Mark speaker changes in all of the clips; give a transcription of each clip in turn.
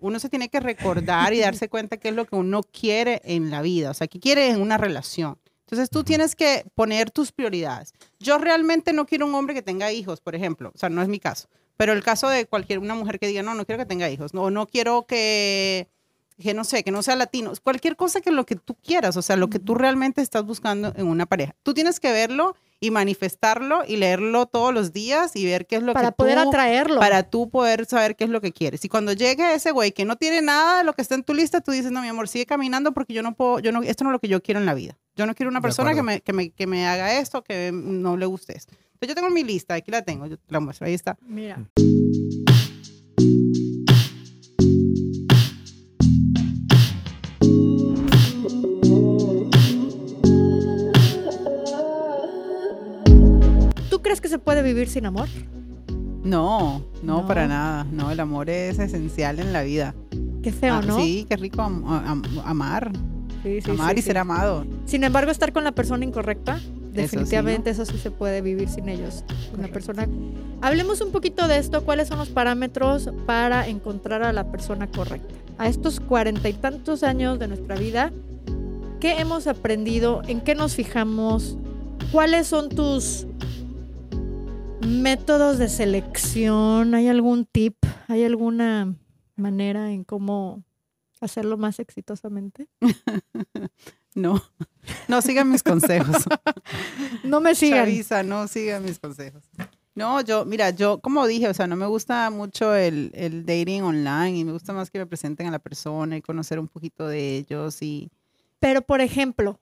Speaker 1: uno se tiene que recordar y darse cuenta qué es lo que uno quiere en la vida, o sea, qué quiere en una relación. Entonces tú tienes que poner tus prioridades. Yo realmente no quiero un hombre que tenga hijos, por ejemplo, o sea, no es mi caso, pero el caso de cualquier una mujer que diga, no, no quiero que tenga hijos, no, no quiero que, que no sé, que no sea latino, cualquier cosa que lo que tú quieras, o sea, lo que tú realmente estás buscando en una pareja. Tú tienes que verlo y manifestarlo y leerlo todos los días y ver qué es lo
Speaker 2: Para
Speaker 1: que
Speaker 2: poder
Speaker 1: tú-
Speaker 2: atraerlo.
Speaker 1: para tú poder saber qué es lo que quieres. Y cuando llegue ese güey que no tiene nada de lo que está en tu lista, tú dices, no, mi amor, sigue caminando porque yo no puedo, yo no, esto no es lo que yo quiero en la vida. Yo no quiero una
Speaker 3: De
Speaker 1: persona que
Speaker 3: acuerdo.
Speaker 1: me, que, me, que me haga esto, que no le guste esto. Entonces yo tengo mi lista, aquí la tengo, yo te la muestro, ahí está.
Speaker 2: Mira. ¿Tú crees que se puede vivir sin amor?
Speaker 1: No, no,
Speaker 2: No.
Speaker 1: para nada. No, el amor es esencial en la vida.
Speaker 2: Qué feo,
Speaker 1: Ah,
Speaker 2: ¿no?
Speaker 1: Sí, qué rico am- am- amar,
Speaker 2: Sí, sí,
Speaker 1: amar
Speaker 2: sí,
Speaker 1: y
Speaker 2: sí.
Speaker 1: ser amado.
Speaker 2: Sin embargo, estar con la persona incorrecta, definitivamente eso sí, se puede vivir sin ellos. Una
Speaker 1: Correcto.
Speaker 2: persona. Hablemos un poquito de esto. ¿Cuáles son los parámetros para encontrar a la persona correcta? A estos cuarenta y tantos años de nuestra vida, ¿qué hemos aprendido? ¿En qué nos fijamos? ¿Cuáles son tus métodos de selección? ¿Hay algún tip? ¿Hay alguna manera en cómo hacerlo más exitosamente?
Speaker 1: No, no sigan mis consejos.
Speaker 2: No me sigan.
Speaker 1: Chavisa, no siga mis consejos. No, yo, mira, yo como dije, o sea, no me gusta mucho el, el dating online y me gusta más que me presenten a la persona y conocer un poquito de ellos y
Speaker 2: Pero, por ejemplo,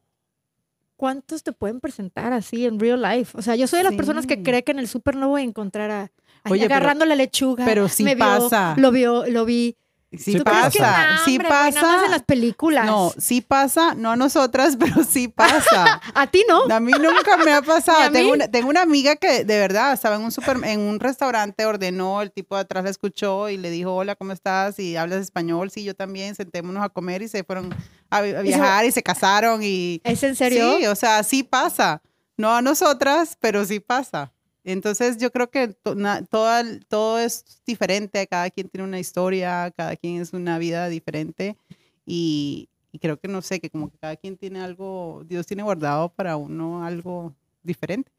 Speaker 2: ¿cuántos te pueden presentar así en real life? O sea, yo soy de las personas que
Speaker 1: Sí.
Speaker 2: cree que en el súper no voy a encontrar a, ay,
Speaker 1: Oye, pero-
Speaker 2: agarrando la lechuga.
Speaker 1: pero sí
Speaker 2: me vio,
Speaker 1: pasa.
Speaker 2: lo vio, lo vi.
Speaker 1: sí
Speaker 2: ¿Tú crees que
Speaker 1: pasa,
Speaker 2: no,
Speaker 1: sí
Speaker 2: hombre, güey, nada más en las
Speaker 1: pasa.
Speaker 2: películas.
Speaker 1: No, sí pasa, no a nosotras, pero sí pasa.
Speaker 2: A ti no.
Speaker 1: A mí nunca me ha
Speaker 2: Ni a
Speaker 1: pasado.
Speaker 2: mí.
Speaker 1: Tengo una, tengo una amiga que de verdad estaba en un super, en un restaurante, ordenó, el tipo de atrás la escuchó y le dijo, hola, ¿cómo estás? Y hablas español, sí, yo también, sentémonos a comer y se fueron a, vi- a viajar y se casaron y...
Speaker 2: ¿Es en serio?
Speaker 1: Sí, o sea, sí pasa. No a nosotras, pero sí pasa. Entonces yo creo que to- na- toda- todo es diferente, cada quien tiene una historia, cada quien es una vida diferente y, y creo que no sé, que como que cada quien tiene algo, Dios tiene guardado para uno algo diferente.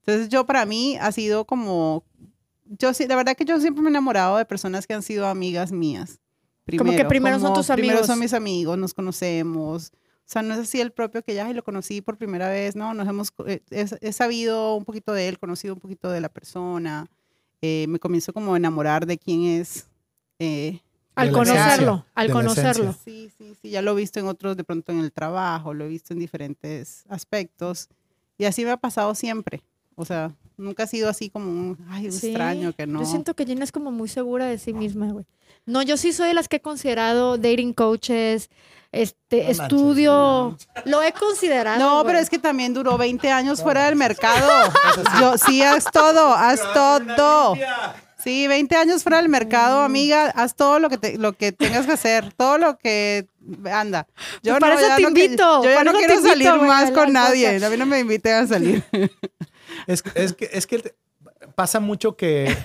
Speaker 1: Entonces yo para mí ha sido como, yo sí, la verdad que yo siempre me he enamorado de personas que han sido amigas mías.
Speaker 2: Como que primero son tus
Speaker 1: Primero son
Speaker 2: amigos.
Speaker 1: mis amigos, nos conocemos. O sea, no es así el propio que ya "Ay, lo conocí por primera vez, no, nos hemos, co- eh, he, he sabido un poquito de él, conocido un poquito de la persona, eh, me comienzo como a enamorar de quién es. eh,
Speaker 2: al
Speaker 3: de la esencia,
Speaker 2: conocerlo, al
Speaker 3: de la esencia.
Speaker 2: conocerlo.
Speaker 1: Sí, sí, sí, ya lo he visto en otros, de pronto en el trabajo, lo he visto en diferentes aspectos y así me ha pasado siempre. O sea, nunca ha sido así como un, ay, un
Speaker 2: Sí,
Speaker 1: extraño que no.
Speaker 2: Yo siento que Gina es como muy segura de sí misma, güey. No, yo sí soy de las que he considerado dating coaches, este,
Speaker 3: No manches,
Speaker 2: estudio. Lo he considerado.
Speaker 1: No,
Speaker 2: güey.
Speaker 1: pero es que también duró 20 años fuera del mercado. Yo, sí, haz todo, haz todo. Sí, 20 años fuera del
Speaker 2: Mm.
Speaker 1: mercado, amiga, haz todo lo que te- lo que tengas que hacer, todo lo que anda.
Speaker 2: Pues para eso
Speaker 1: ya
Speaker 2: te
Speaker 1: que-
Speaker 2: invito,
Speaker 1: yo ya
Speaker 2: para
Speaker 1: no
Speaker 2: eso te
Speaker 1: quiero
Speaker 2: invito,
Speaker 1: salir
Speaker 2: güey, a
Speaker 1: más
Speaker 2: la
Speaker 1: con nadie.
Speaker 2: cosa.
Speaker 1: A mí no me inviten a salir.
Speaker 3: Es, es que, es que te- pasa mucho que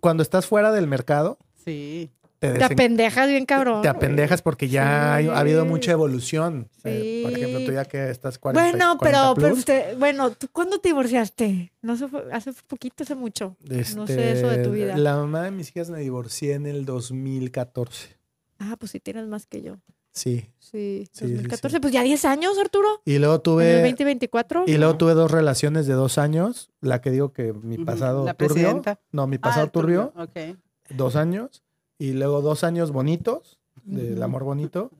Speaker 3: cuando estás fuera del mercado,
Speaker 1: Sí.
Speaker 3: te,
Speaker 2: Te
Speaker 3: desen-
Speaker 2: apendejas bien cabrón.
Speaker 3: te
Speaker 2: güey.
Speaker 3: apendejas porque ya
Speaker 2: Sí.
Speaker 3: hay- ha habido mucha evolución. Eh, por
Speaker 2: Sí.
Speaker 3: ejemplo, tú ya que estás 40 y-
Speaker 2: Bueno,
Speaker 3: 40
Speaker 2: pero, pero
Speaker 3: plus,
Speaker 2: usted, bueno, ¿tú cuándo te divorciaste? No sé, fue- hace poquito, hace mucho. No sé eso de tu
Speaker 3: este,
Speaker 2: vida.
Speaker 3: La mamá de mis hijas me divorcié en el 2014.
Speaker 2: Ah, pues sí tienes más que yo.
Speaker 3: Sí.
Speaker 2: Sí,
Speaker 3: Sí, sí,
Speaker 2: 2014,
Speaker 3: sí.
Speaker 2: pues ya 10 años, Arturo.
Speaker 3: Y luego
Speaker 2: en el
Speaker 3: tuve
Speaker 2: 2024.
Speaker 3: y luego tuve dos relaciones de dos años. La que digo que mi
Speaker 1: Ujú,
Speaker 3: pasado
Speaker 1: la
Speaker 3: turbio.
Speaker 1: presidenta.
Speaker 3: No,
Speaker 2: Ah,
Speaker 3: mi pasado turbio,
Speaker 1: Ah, Ok.
Speaker 3: dos años. Y luego dos años bonitos, del
Speaker 2: Ujú.
Speaker 3: amor bonito.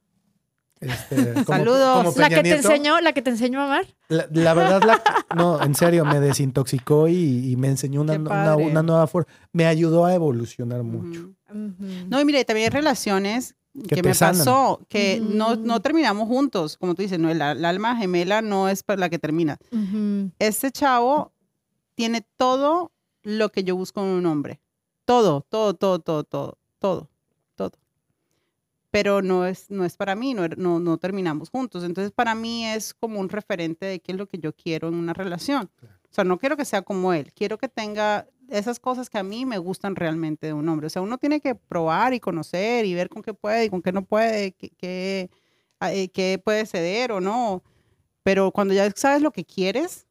Speaker 3: Este, como-
Speaker 1: Saludos.
Speaker 3: como
Speaker 2: la
Speaker 3: Peña
Speaker 2: que te
Speaker 3: Nieto.
Speaker 2: enseñó, la que te enseñó a amar.
Speaker 3: La, la verdad, la- no, en serio, me desintoxicó y, y me enseñó una,
Speaker 1: Qué
Speaker 3: una,
Speaker 1: padre.
Speaker 3: una nueva forma. Me ayudó a evolucionar mucho.
Speaker 1: Ujú.
Speaker 2: Ujú.
Speaker 1: No, y mire, también hay relaciones
Speaker 3: Que
Speaker 1: que,
Speaker 3: te
Speaker 1: me
Speaker 3: sanan.
Speaker 1: pasó, que no,
Speaker 2: Mm.
Speaker 1: no terminamos juntos, como tú dices, no, el, el alma gemela no es para la que termina.
Speaker 2: Ujú.
Speaker 1: Este chavo tiene todo lo que yo busco en un hombre. Todo, todo, todo, todo, todo, todo, todo. Pero no es, no es para mí, no, er- no, no terminamos juntos. Entonces, para mí es como un referente de qué es lo que yo quiero en una relación. O sea, no quiero que sea como él, quiero que tenga esas cosas que a mí me gustan realmente de un hombre. O sea, uno tiene que probar y conocer y ver con qué puede y con qué no puede, qué, qué, eh, qué puede ceder o no. Pero cuando ya sabes lo que quieres,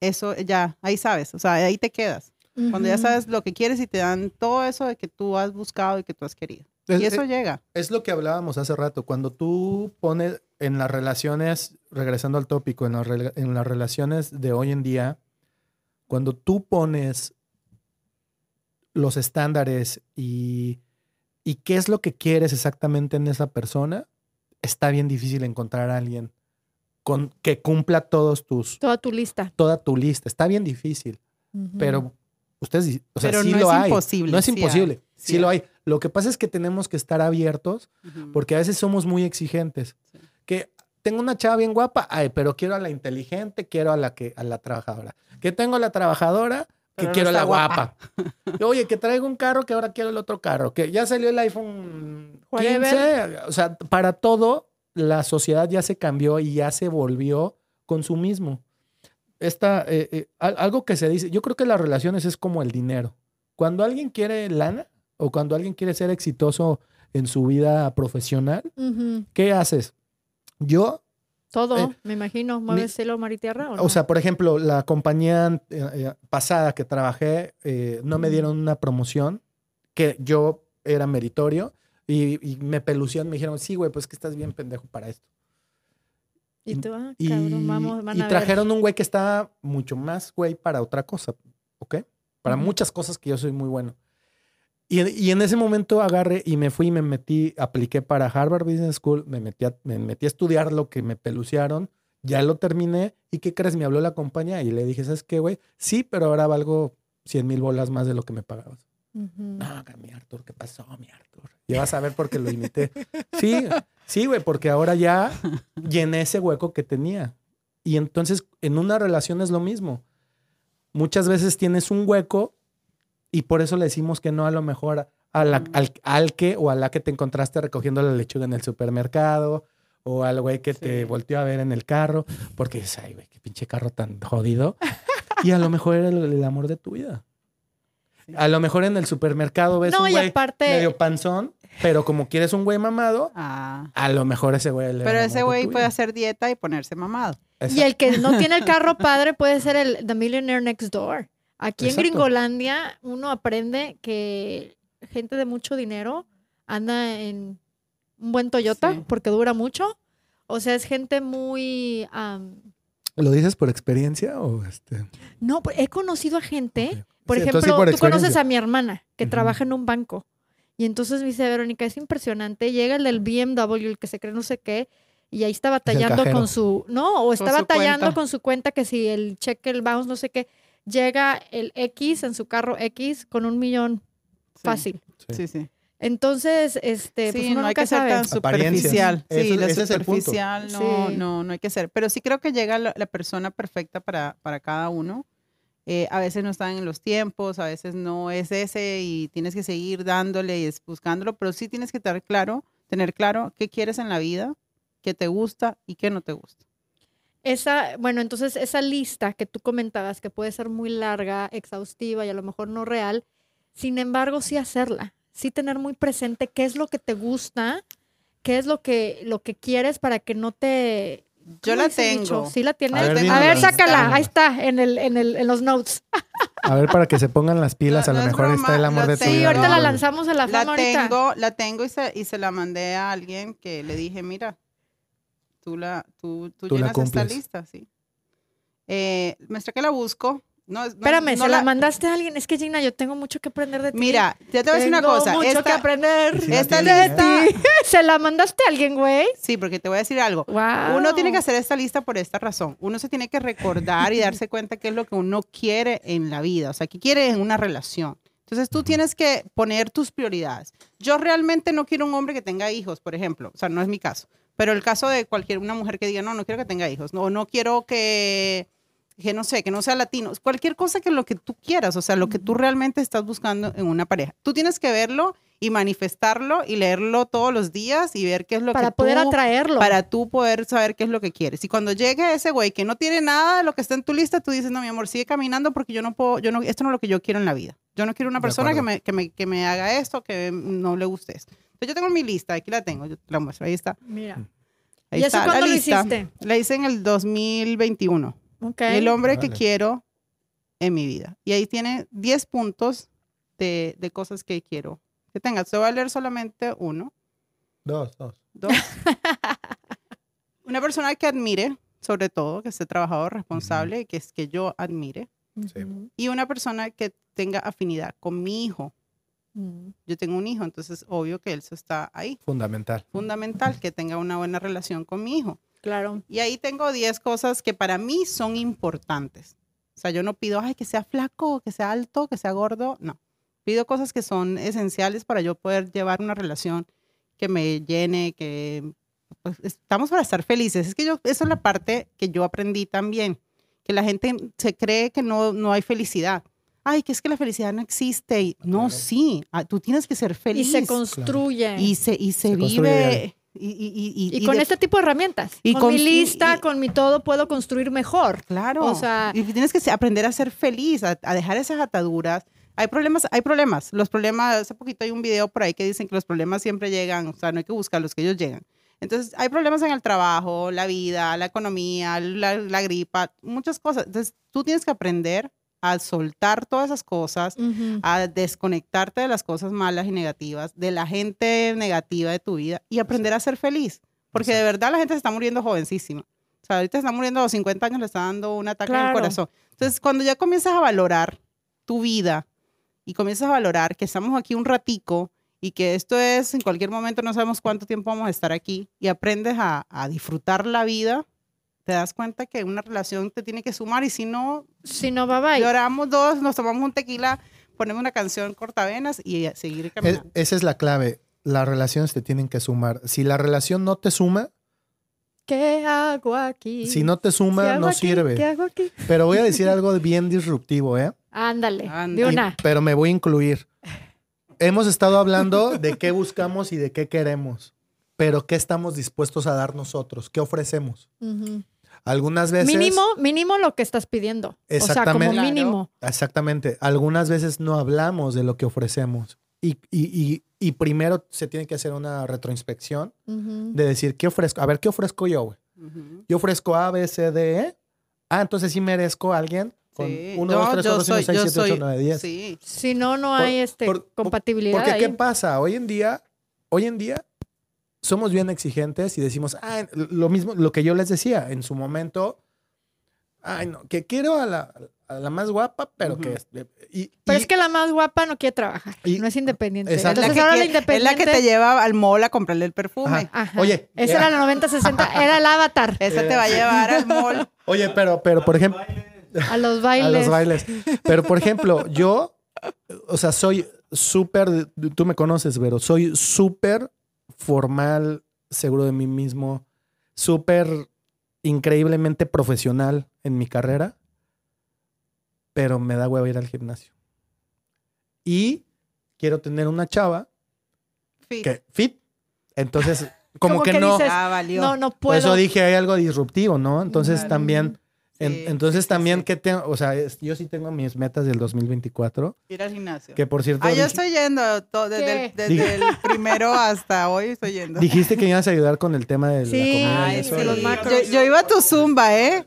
Speaker 1: eso eh, ya, ahí sabes, o sea, ahí te quedas. Cuando ya
Speaker 2: Ujú.
Speaker 1: sabes lo que quieres y te dan todo eso de que tú has buscado y que tú has querido.
Speaker 3: Es- eh,
Speaker 1: Y eso
Speaker 3: es-
Speaker 1: llega.
Speaker 3: Es lo que hablábamos hace rato. Cuando tú pones en las relaciones, regresando al tópico, en las, rela- en las relaciones de hoy en día, cuando tú pones los estándares y, y qué es lo que quieres exactamente en esa persona, está bien difícil encontrar a alguien con, que cumpla todos tus,
Speaker 2: Toda tu lista.
Speaker 3: toda tu lista. Está bien difícil,
Speaker 2: Ujú.
Speaker 3: pero ustedes, di- o sea,
Speaker 1: Pero
Speaker 3: sí
Speaker 1: no
Speaker 3: lo
Speaker 1: es
Speaker 3: hay.
Speaker 1: imposible,
Speaker 3: No es
Speaker 1: sí hay,
Speaker 3: imposible,
Speaker 1: sí
Speaker 3: sí lo
Speaker 1: hay.
Speaker 3: hay. Lo que pasa es que tenemos que estar abiertos
Speaker 1: Ujú.
Speaker 3: porque a veces somos muy exigentes.
Speaker 1: Sí.
Speaker 3: Que tengo una chava bien guapa, ay, pero quiero a la inteligente, quiero a la que a la trabajadora. Que tengo a la trabajadora, que
Speaker 1: Pero no
Speaker 3: quiero a la
Speaker 1: está
Speaker 3: guapa. Oye, que traigo un carro, que ahora quiero el otro carro. Que ya salió el iPhone 15.
Speaker 2: Whatever.
Speaker 3: O sea, para todo, la sociedad ya se cambió y ya se volvió consumismo. Esta, eh, eh, al- algo que se dice, yo creo que las relaciones es como el dinero. Cuando alguien quiere lana o cuando alguien quiere ser exitoso en su vida profesional,
Speaker 2: Ujú.
Speaker 3: ¿qué haces? Yo,
Speaker 2: Todo,
Speaker 3: Eh,
Speaker 2: me imagino. Mueve cielo, mar y tierra. ¿o,
Speaker 3: o sea, por ejemplo, la compañía eh, eh, pasada que trabajé, eh, no me dieron una promoción, que yo era meritorio, y, y me pelucieron, me dijeron, sí, güey, pues que estás bien pendejo para esto.
Speaker 2: y tú, ah,
Speaker 3: Y,
Speaker 2: cabrón, vamos, van
Speaker 3: y
Speaker 2: a ver.
Speaker 3: trajeron un güey que está mucho más güey para otra cosa, ¿ok? Para
Speaker 2: Ujú.
Speaker 3: muchas cosas que yo soy muy bueno. Y, en- y en ese momento agarré y me fui y me metí, apliqué para Harvard Business School, me metí a, me metí a estudiar lo que me peluciaron, ya lo terminé y ¿qué crees? Me habló la compañía y le dije, ¿sabes qué, güey? Sí, pero ahora valgo 100 mil bolas más de lo que me pagabas.
Speaker 2: Ujú.
Speaker 3: No, que mi Arthur, ¿qué pasó, mi Arthur? Ya vas a ver porque lo imité. Sí, sí, güey, porque ahora ya llené ese hueco que tenía. Y entonces en una relación es lo mismo. Muchas veces tienes un hueco y por eso le decimos que no a lo mejor a la-
Speaker 1: Ujú.
Speaker 3: al, al que o a la que te encontraste recogiendo la lechuga en el supermercado o al güey que te
Speaker 1: Sí.
Speaker 3: volteó a ver en el carro, porque dices, ay, güey, qué pinche carro tan jodido. Y a lo mejor era el, el amor de tu vida. A lo mejor en el supermercado ves
Speaker 2: No,
Speaker 3: Pues un
Speaker 2: y
Speaker 3: güey
Speaker 2: aparte-
Speaker 3: medio panzón, pero como quieres un güey mamado,
Speaker 1: Ah.
Speaker 3: a lo mejor ese güey...
Speaker 1: Pero ese güey puede hacer dieta y ponerse mamado.
Speaker 2: Y el que no tiene el carro padre puede ser el The Millionaire Next Door. Aquí
Speaker 3: Exacto.
Speaker 2: en Gringolandia uno aprende que gente de mucho dinero anda en un buen Toyota
Speaker 1: Sí.
Speaker 2: porque dura mucho. O sea, es gente muy... am,
Speaker 3: ¿Lo dices por experiencia o este...?
Speaker 2: no, pues, he conocido a gente...
Speaker 3: Ok.
Speaker 2: Por
Speaker 3: Sí,
Speaker 2: ejemplo,
Speaker 3: entonces sí, por
Speaker 2: tú conoces
Speaker 3: experiencia.
Speaker 2: a mi hermana que
Speaker 3: Ujú.
Speaker 2: trabaja en un banco. Y entonces me dice, Verónica, es impresionante. Llega el del BMW, el que se cree no sé qué, y ahí está batallando
Speaker 3: cajero.
Speaker 2: con su. No, o está
Speaker 1: su
Speaker 2: batallando
Speaker 1: cuenta.
Speaker 2: con su cuenta que si el cheque, el bounce, no sé qué. Llega el X en su carro X con un millón
Speaker 1: Sí.
Speaker 2: fácil.
Speaker 1: Sí, sí.
Speaker 2: Entonces, este, pues
Speaker 1: Sí,
Speaker 2: uno
Speaker 1: no hay
Speaker 2: nunca
Speaker 1: que ser
Speaker 2: sabe.
Speaker 1: tan
Speaker 3: Apariencias.
Speaker 1: superficial. Sí,
Speaker 3: Eso-
Speaker 1: la
Speaker 3: ese es el punto.
Speaker 1: superficial no,
Speaker 2: Sí.
Speaker 1: no, no hay que ser. Pero sí creo que llega la, la persona perfecta para, para cada uno. Eh, a veces no están en los tiempos, a veces no es ese y tienes que seguir dándole y es- buscándolo, pero sí tienes que estar claro, tener claro qué quieres en la vida, qué te gusta y qué no te gusta.
Speaker 2: Esa, bueno, entonces esa lista que tú comentabas, que puede ser muy larga, exhaustiva y a lo mejor no real, sin embargo, sí hacerla, sí tener muy presente qué es lo que te gusta, qué es lo que, lo que quieres para que no te...
Speaker 1: Yo
Speaker 2: ¿cómo
Speaker 1: la
Speaker 2: dice el dicho?
Speaker 1: tengo.
Speaker 2: Sí la tienes.
Speaker 3: ver,
Speaker 2: este A ver,
Speaker 3: dímela.
Speaker 2: sácala,
Speaker 3: Dímela.
Speaker 2: ahí está, en, el, en, el, en los notes.
Speaker 3: A ver, para que se pongan las pilas,
Speaker 1: No,
Speaker 3: a lo
Speaker 1: no es
Speaker 3: mejor está
Speaker 1: broma,
Speaker 3: el amor
Speaker 1: lo
Speaker 3: de tu
Speaker 1: sé,
Speaker 3: vida.
Speaker 2: Sí, ahorita la
Speaker 3: güey.
Speaker 2: lanzamos a la fama
Speaker 1: La
Speaker 2: ahorita.
Speaker 1: tengo, la tengo y se, y se la mandé a alguien que le dije, mira, tú la, tú, tú,
Speaker 3: Tú la
Speaker 1: llenas esta
Speaker 3: cumples.
Speaker 1: lista, sí. Eh, me está que la busco. No, es- no-
Speaker 2: Espérame,
Speaker 1: no
Speaker 2: se la... mandaste a alguien. Es que Gina, yo tengo mucho que aprender de ti.
Speaker 1: Mira, ya te voy a decir una
Speaker 2: Tengo
Speaker 1: cosa.
Speaker 2: mucho que
Speaker 1: esta-
Speaker 2: aprender.
Speaker 3: Sí, la
Speaker 1: esta
Speaker 3: tiene, ¿eh?
Speaker 1: lista,
Speaker 2: ¿Se la mandaste a alguien, güey?
Speaker 1: sí, porque te voy a decir algo.
Speaker 2: Wow.
Speaker 1: Uno tiene que hacer esta lista por esta razón. Uno se tiene que recordar y darse cuenta qué es lo que uno quiere en la vida, o sea, qué quiere en una relación. Entonces tú tienes que poner tus prioridades. Yo realmente no quiero un hombre que tenga hijos, por ejemplo, o sea, no es mi caso, pero el caso de cualquier una mujer que diga, no, no quiero que tenga hijos, no, no quiero que, que no sé, que no sea latino, cualquier cosa que lo que tú quieras, o sea, lo que tú realmente estás buscando en una pareja. Tú tienes que verlo y manifestarlo y leerlo todos los días y ver qué es lo
Speaker 2: para
Speaker 1: que
Speaker 2: poder
Speaker 1: tú,
Speaker 2: atraerlo.
Speaker 1: para tú poder saber qué es lo que quieres. Y cuando llegue ese güey que no tiene nada de lo que está en tu lista, tú dices, no, mi amor, sigue caminando porque yo no puedo, yo no, esto no es lo que yo quiero en la vida. Yo no quiero una
Speaker 3: De
Speaker 1: persona que
Speaker 3: acuerdo.
Speaker 1: me, que, me, que me haga esto, que no le guste esto. Entonces yo tengo mi lista, aquí la tengo, yo te la muestro, ahí está.
Speaker 2: Mira.
Speaker 1: Ahí
Speaker 2: ¿Y eso
Speaker 1: está la
Speaker 2: cuándo lo
Speaker 1: lista.
Speaker 2: hiciste?
Speaker 1: La hice en el 2021.
Speaker 2: Ok.
Speaker 1: El hombre que
Speaker 3: Órale.
Speaker 1: quiero en mi vida. Y ahí tiene 10 puntos de, de cosas que quiero que tengas. Te voy a leer solamente uno.
Speaker 3: Dos, dos.
Speaker 1: Dos. Una persona que admire, sobre todo, que esté trabajador, responsable, y que es que yo admire.
Speaker 3: Sí.
Speaker 2: Ujú.
Speaker 1: Y una persona que tenga afinidad con mi hijo.
Speaker 2: Mm.
Speaker 1: Yo tengo un hijo, entonces obvio que eso está ahí.
Speaker 3: Fundamental.
Speaker 1: Fundamental que tenga una buena relación con mi hijo.
Speaker 2: Claro.
Speaker 1: Y ahí tengo 10 cosas que para mí son importantes. O sea, yo no pido, ay, que sea flaco, que sea alto, que sea gordo. No. Pido cosas que son esenciales para yo poder llevar una relación que me llene, que pues, estamos para estar felices. Es que yo, esa es la parte que yo aprendí también, que la gente se cree que no, no hay felicidad. Ay, que es que la felicidad no existe. Y- no,
Speaker 3: Claro.
Speaker 1: sí, Ah, tú tienes que ser
Speaker 2: Y
Speaker 1: feliz.
Speaker 2: se construye.
Speaker 1: y se, y se
Speaker 3: Se construye
Speaker 1: vive. Y, y- y-
Speaker 2: Y
Speaker 1: y
Speaker 2: con
Speaker 1: de-
Speaker 2: este tipo de herramientas.
Speaker 1: y
Speaker 2: con,
Speaker 1: con-
Speaker 2: mi
Speaker 1: y-
Speaker 2: lista,
Speaker 1: y-
Speaker 2: con mi todo, puedo construir mejor.
Speaker 1: Claro.
Speaker 2: O sea-
Speaker 1: y tienes que se- aprender a ser feliz, a, a dejar esas ataduras. Hay problemas, hay problemas. Los problemas, hace poquito hay un video por ahí que dicen que los problemas siempre llegan, o sea, no hay que buscarlos, que ellos llegan. Entonces, hay problemas en el trabajo, la vida, la economía, la, la gripa, muchas cosas. Entonces, tú tienes que aprender a soltar todas esas cosas,
Speaker 2: Ujú.
Speaker 1: a desconectarte de las cosas malas y negativas, de la gente negativa de tu vida y aprender a ser feliz. Porque de verdad la gente se está muriendo jovencísima. O sea, ahorita se está muriendo a los 50 años, le está dando un ataque al
Speaker 2: Claro.
Speaker 1: corazón. Entonces, cuando ya comienzas a valorar tu vida y comienzas a valorar que estamos aquí un ratico y que esto es, en cualquier momento no sabemos cuánto tiempo vamos a estar aquí y aprendes a, a disfrutar la vida, te das cuenta que una relación te tiene que sumar y si no,
Speaker 2: Si no, bye bye.
Speaker 1: Lloramos dos, nos tomamos un tequila, ponemos una canción cortavenas y a seguir
Speaker 3: Es-
Speaker 1: caminando.
Speaker 3: esa es la clave. Las relaciones te tienen que sumar. Si la relación no te suma,
Speaker 2: ¿Qué hago aquí?
Speaker 3: si no te
Speaker 2: ¿Qué
Speaker 3: suma,
Speaker 2: hago
Speaker 3: no
Speaker 2: aquí?
Speaker 3: sirve.
Speaker 2: ¿Qué hago aquí?
Speaker 3: Pero voy a decir algo bien disruptivo, ¿eh?
Speaker 2: Ándale. De
Speaker 1: Ándale.
Speaker 2: una.
Speaker 3: Y- pero me voy a incluir. Hemos estado hablando de qué buscamos y de qué queremos, pero qué estamos dispuestos a dar nosotros, qué ofrecemos.
Speaker 2: Ujú.
Speaker 3: Algunas veces.
Speaker 2: Mínimo, mínimo lo que estás pidiendo. O sea,
Speaker 3: Exactamente.
Speaker 2: como mínimo.
Speaker 3: Exactamente. Algunas veces no hablamos de lo que ofrecemos. Y, y- y- y primero se tiene que hacer una retroinspección
Speaker 2: Ujú.
Speaker 3: de decir, ¿qué ofrezco? A ver, ¿qué ofrezco yo, güey?
Speaker 1: Ujú.
Speaker 3: Yo ofrezco A, B, C, D, E. Ah, entonces sí merezco a alguien con
Speaker 1: Sí.
Speaker 3: 1,
Speaker 1: No,
Speaker 3: 2, 3,
Speaker 1: yo
Speaker 3: 4, 5,
Speaker 1: soy-
Speaker 3: 6,
Speaker 1: yo
Speaker 3: 7, 8,
Speaker 1: soy-
Speaker 3: 9, 10.
Speaker 1: Sí.
Speaker 2: Si no, no
Speaker 3: Por-
Speaker 2: hay este
Speaker 3: por- por-
Speaker 2: compatibilidad.
Speaker 3: Porque, ¿qué
Speaker 2: ahí.
Speaker 3: pasa? Hoy en día, hoy en día somos bien exigentes y decimos, "Ay, lo mismo, lo que yo les decía en su momento, ay, no, que quiero a la, a la más guapa, pero que... este, y-
Speaker 2: Pero
Speaker 3: y-
Speaker 2: es que la más guapa no quiere trabajar.
Speaker 3: y-
Speaker 2: no es independiente.
Speaker 3: Exacto.
Speaker 1: Es
Speaker 2: Entonces
Speaker 1: la que
Speaker 2: ahora la
Speaker 1: quiere- es la
Speaker 2: independiente.
Speaker 1: que te lleva al mall a comprarle el perfume.
Speaker 3: Ajá.
Speaker 2: Ajá.
Speaker 3: Oye,
Speaker 2: Esa
Speaker 3: era-
Speaker 2: era la 90-60. Era el avatar.
Speaker 1: Esa
Speaker 3: Eh,
Speaker 1: te va a llevar al mall.
Speaker 3: Oye, pero, pero, por ejemplo,
Speaker 2: A los
Speaker 3: a
Speaker 2: bailes.
Speaker 3: los bailes. Pero, por ejemplo, yo, o sea, soy súper, tú me conoces, Vero, soy súper formal, seguro de mí mismo, súper increíblemente profesional en mi carrera, pero me da hueva ir al gimnasio. Y quiero tener una chava
Speaker 1: Fit.
Speaker 3: que fit, entonces como
Speaker 2: Como
Speaker 3: que,
Speaker 2: que
Speaker 3: no,
Speaker 2: dices,
Speaker 1: Ah, valió.
Speaker 2: No, no
Speaker 3: por
Speaker 2: puedo.
Speaker 3: eso dije hay algo disruptivo, ¿no? Entonces
Speaker 2: Claro.
Speaker 3: también en-
Speaker 1: Sí, sí,
Speaker 3: entonces
Speaker 1: sí,
Speaker 3: también
Speaker 1: sí.
Speaker 3: que tengo, o sea, es- yo sí tengo mis metas del 2024,
Speaker 1: Ir al gimnasio.
Speaker 3: que por cierto
Speaker 1: Ah, yo
Speaker 3: dij-
Speaker 1: estoy yendo to- desde, el,
Speaker 2: ¿Qué?
Speaker 1: desde el primero hasta hoy estoy yendo.
Speaker 3: dijiste que ibas a ayudar con el tema de
Speaker 2: Sí,
Speaker 3: la comida. y
Speaker 2: Ay,
Speaker 3: eso,
Speaker 2: sí,
Speaker 3: y-
Speaker 2: los macros.
Speaker 1: yo, yo iba a tu zumba, ¿eh?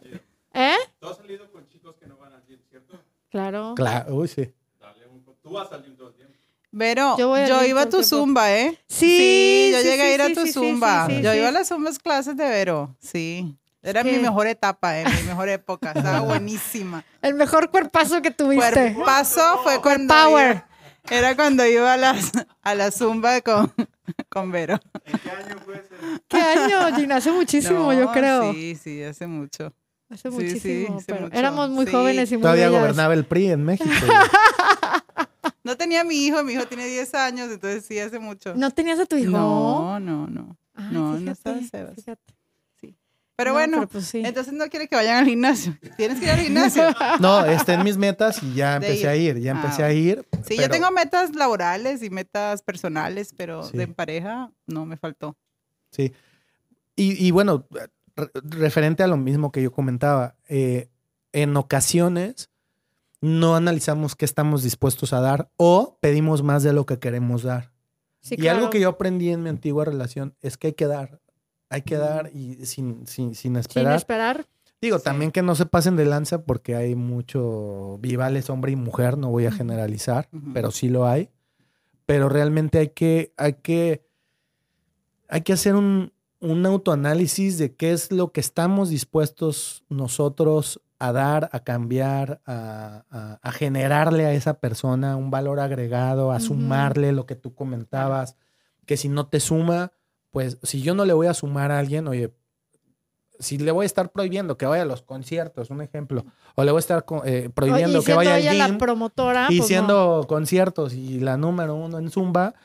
Speaker 2: ¿Eh?
Speaker 4: Tú has salido con chicos que no van al gym, ¿cierto?
Speaker 2: Claro.
Speaker 3: Claro, uy, sí.
Speaker 4: Dale un... Tú vas al gym todo el tiempo.
Speaker 1: Pero
Speaker 2: Yo
Speaker 1: yo,
Speaker 2: voy al gym
Speaker 1: iba a
Speaker 2: todo
Speaker 1: tu
Speaker 2: el tiempo.
Speaker 1: zumba, ¿eh?
Speaker 2: Sí,
Speaker 1: yo
Speaker 2: sí,
Speaker 1: llegué a
Speaker 2: sí,
Speaker 1: ir a
Speaker 2: sí,
Speaker 1: tu
Speaker 2: sí, sí,
Speaker 1: zumba.
Speaker 2: sí,
Speaker 1: yo
Speaker 2: sí.
Speaker 1: iba a las zumbas clases de Vero, sí. Era
Speaker 2: que-
Speaker 1: mi mejor etapa, ¿eh? mi mejor época. Estaba buenísima.
Speaker 2: El mejor cuerpazo que tuviste.
Speaker 1: Paso fue cuando
Speaker 2: Power.
Speaker 1: iba- era cuando iba a las a la zumba con, con Vero.
Speaker 4: ¿En qué año fue ese?
Speaker 2: ¿Qué año, Gina? Hace
Speaker 1: No,
Speaker 2: muchísimo, yo creo.
Speaker 1: Sí, sí, hace mucho.
Speaker 2: Hace
Speaker 1: sí,
Speaker 2: muchísimo.
Speaker 1: sí,
Speaker 2: pero
Speaker 1: mucho.
Speaker 2: Éramos muy
Speaker 1: Sí.
Speaker 2: jóvenes y muy
Speaker 3: Todavía
Speaker 2: bellas.
Speaker 3: gobernaba el PRI en México. güey.
Speaker 1: No tenía a mi hijo, mi hijo tiene 10 años, entonces sí, hace mucho.
Speaker 2: ¿No tenías a tu hijo?
Speaker 1: no, no. no.
Speaker 2: Ay,
Speaker 1: no, no
Speaker 2: fíjate,
Speaker 1: estaba Sebas.
Speaker 2: fíjate.
Speaker 1: Sí. Pero
Speaker 2: No,
Speaker 1: bueno,
Speaker 2: pero pues sí.
Speaker 1: entonces no quiere que vayan al gimnasio. Tienes que ir al gimnasio.
Speaker 3: No, está en mis metas y ya
Speaker 1: De
Speaker 3: empecé a ir, ya
Speaker 1: Ah,
Speaker 3: empecé a ir.
Speaker 1: Sí, yo
Speaker 3: pero-
Speaker 1: tengo metas laborales y metas personales, pero
Speaker 3: Sí.
Speaker 1: de en pareja no me faltó.
Speaker 3: Y, y bueno, re- referente a lo mismo que yo comentaba, eh, en ocasiones no analizamos qué estamos dispuestos a dar o pedimos más de lo que queremos dar.
Speaker 2: Sí,
Speaker 3: y algo
Speaker 2: claro.
Speaker 3: que yo aprendí en mi antigua relación es que hay que dar, hay que dar y sin, sin, sin
Speaker 2: Sin
Speaker 3: esperar.
Speaker 2: esperar.
Speaker 3: Digo,
Speaker 1: Sí.
Speaker 3: también que no se pasen de lanza porque hay mucho vivales hombre y mujer, no voy a
Speaker 2: Ujú.
Speaker 3: generalizar,
Speaker 1: Ujú.
Speaker 3: pero sí lo hay. Pero realmente hay que, hay que, hay que hacer un, un autoanálisis de qué es lo que estamos dispuestos nosotros a dar, a cambiar, a, a- a generarle a esa persona un valor agregado, a
Speaker 2: Ujú.
Speaker 3: sumarle lo que tú comentabas, que si no te suma, pues si yo no le voy a sumar a alguien, oye, si le voy a estar prohibiendo que vaya a los conciertos, un ejemplo, o le voy a estar co- eh, prohibiendo
Speaker 2: y
Speaker 3: que
Speaker 2: siendo
Speaker 3: vaya al
Speaker 2: ella la
Speaker 3: gym,
Speaker 2: promotora. pues,
Speaker 3: y
Speaker 2: no.
Speaker 3: siendo conciertos y la número uno en Zumba,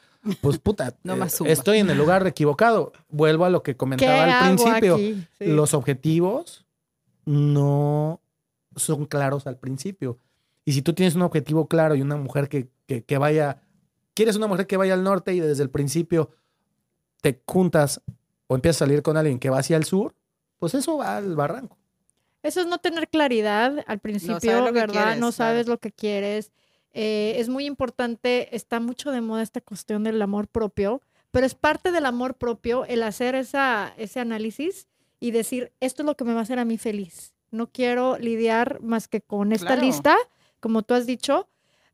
Speaker 3: pues puta,
Speaker 1: No
Speaker 3: eh,
Speaker 1: más Zumba.
Speaker 3: estoy en el lugar equivocado. Vuelvo a lo que
Speaker 2: ¿Qué
Speaker 3: comentaba al
Speaker 2: hago
Speaker 3: principio.
Speaker 2: aquí? Sí.
Speaker 3: Los objetivos no son claros al principio. Y si tú tienes un objetivo claro y una mujer que, que- que vaya, quieres una mujer que vaya al norte y desde el principio te juntas o empiezas a salir con alguien que va hacia el sur, pues eso va al barranco.
Speaker 2: Eso es no tener claridad al principio,
Speaker 1: lo que
Speaker 2: ¿verdad?
Speaker 1: quieres,
Speaker 2: no
Speaker 1: claro.
Speaker 2: sabes lo que quieres. Eh, es muy importante, está mucho de moda esta cuestión del amor propio, pero es parte del amor propio el hacer esa, ese análisis y decir, esto es lo que me va a hacer a mí feliz. No quiero lidiar más que con esta
Speaker 1: Claro.
Speaker 2: lista, como tú has dicho.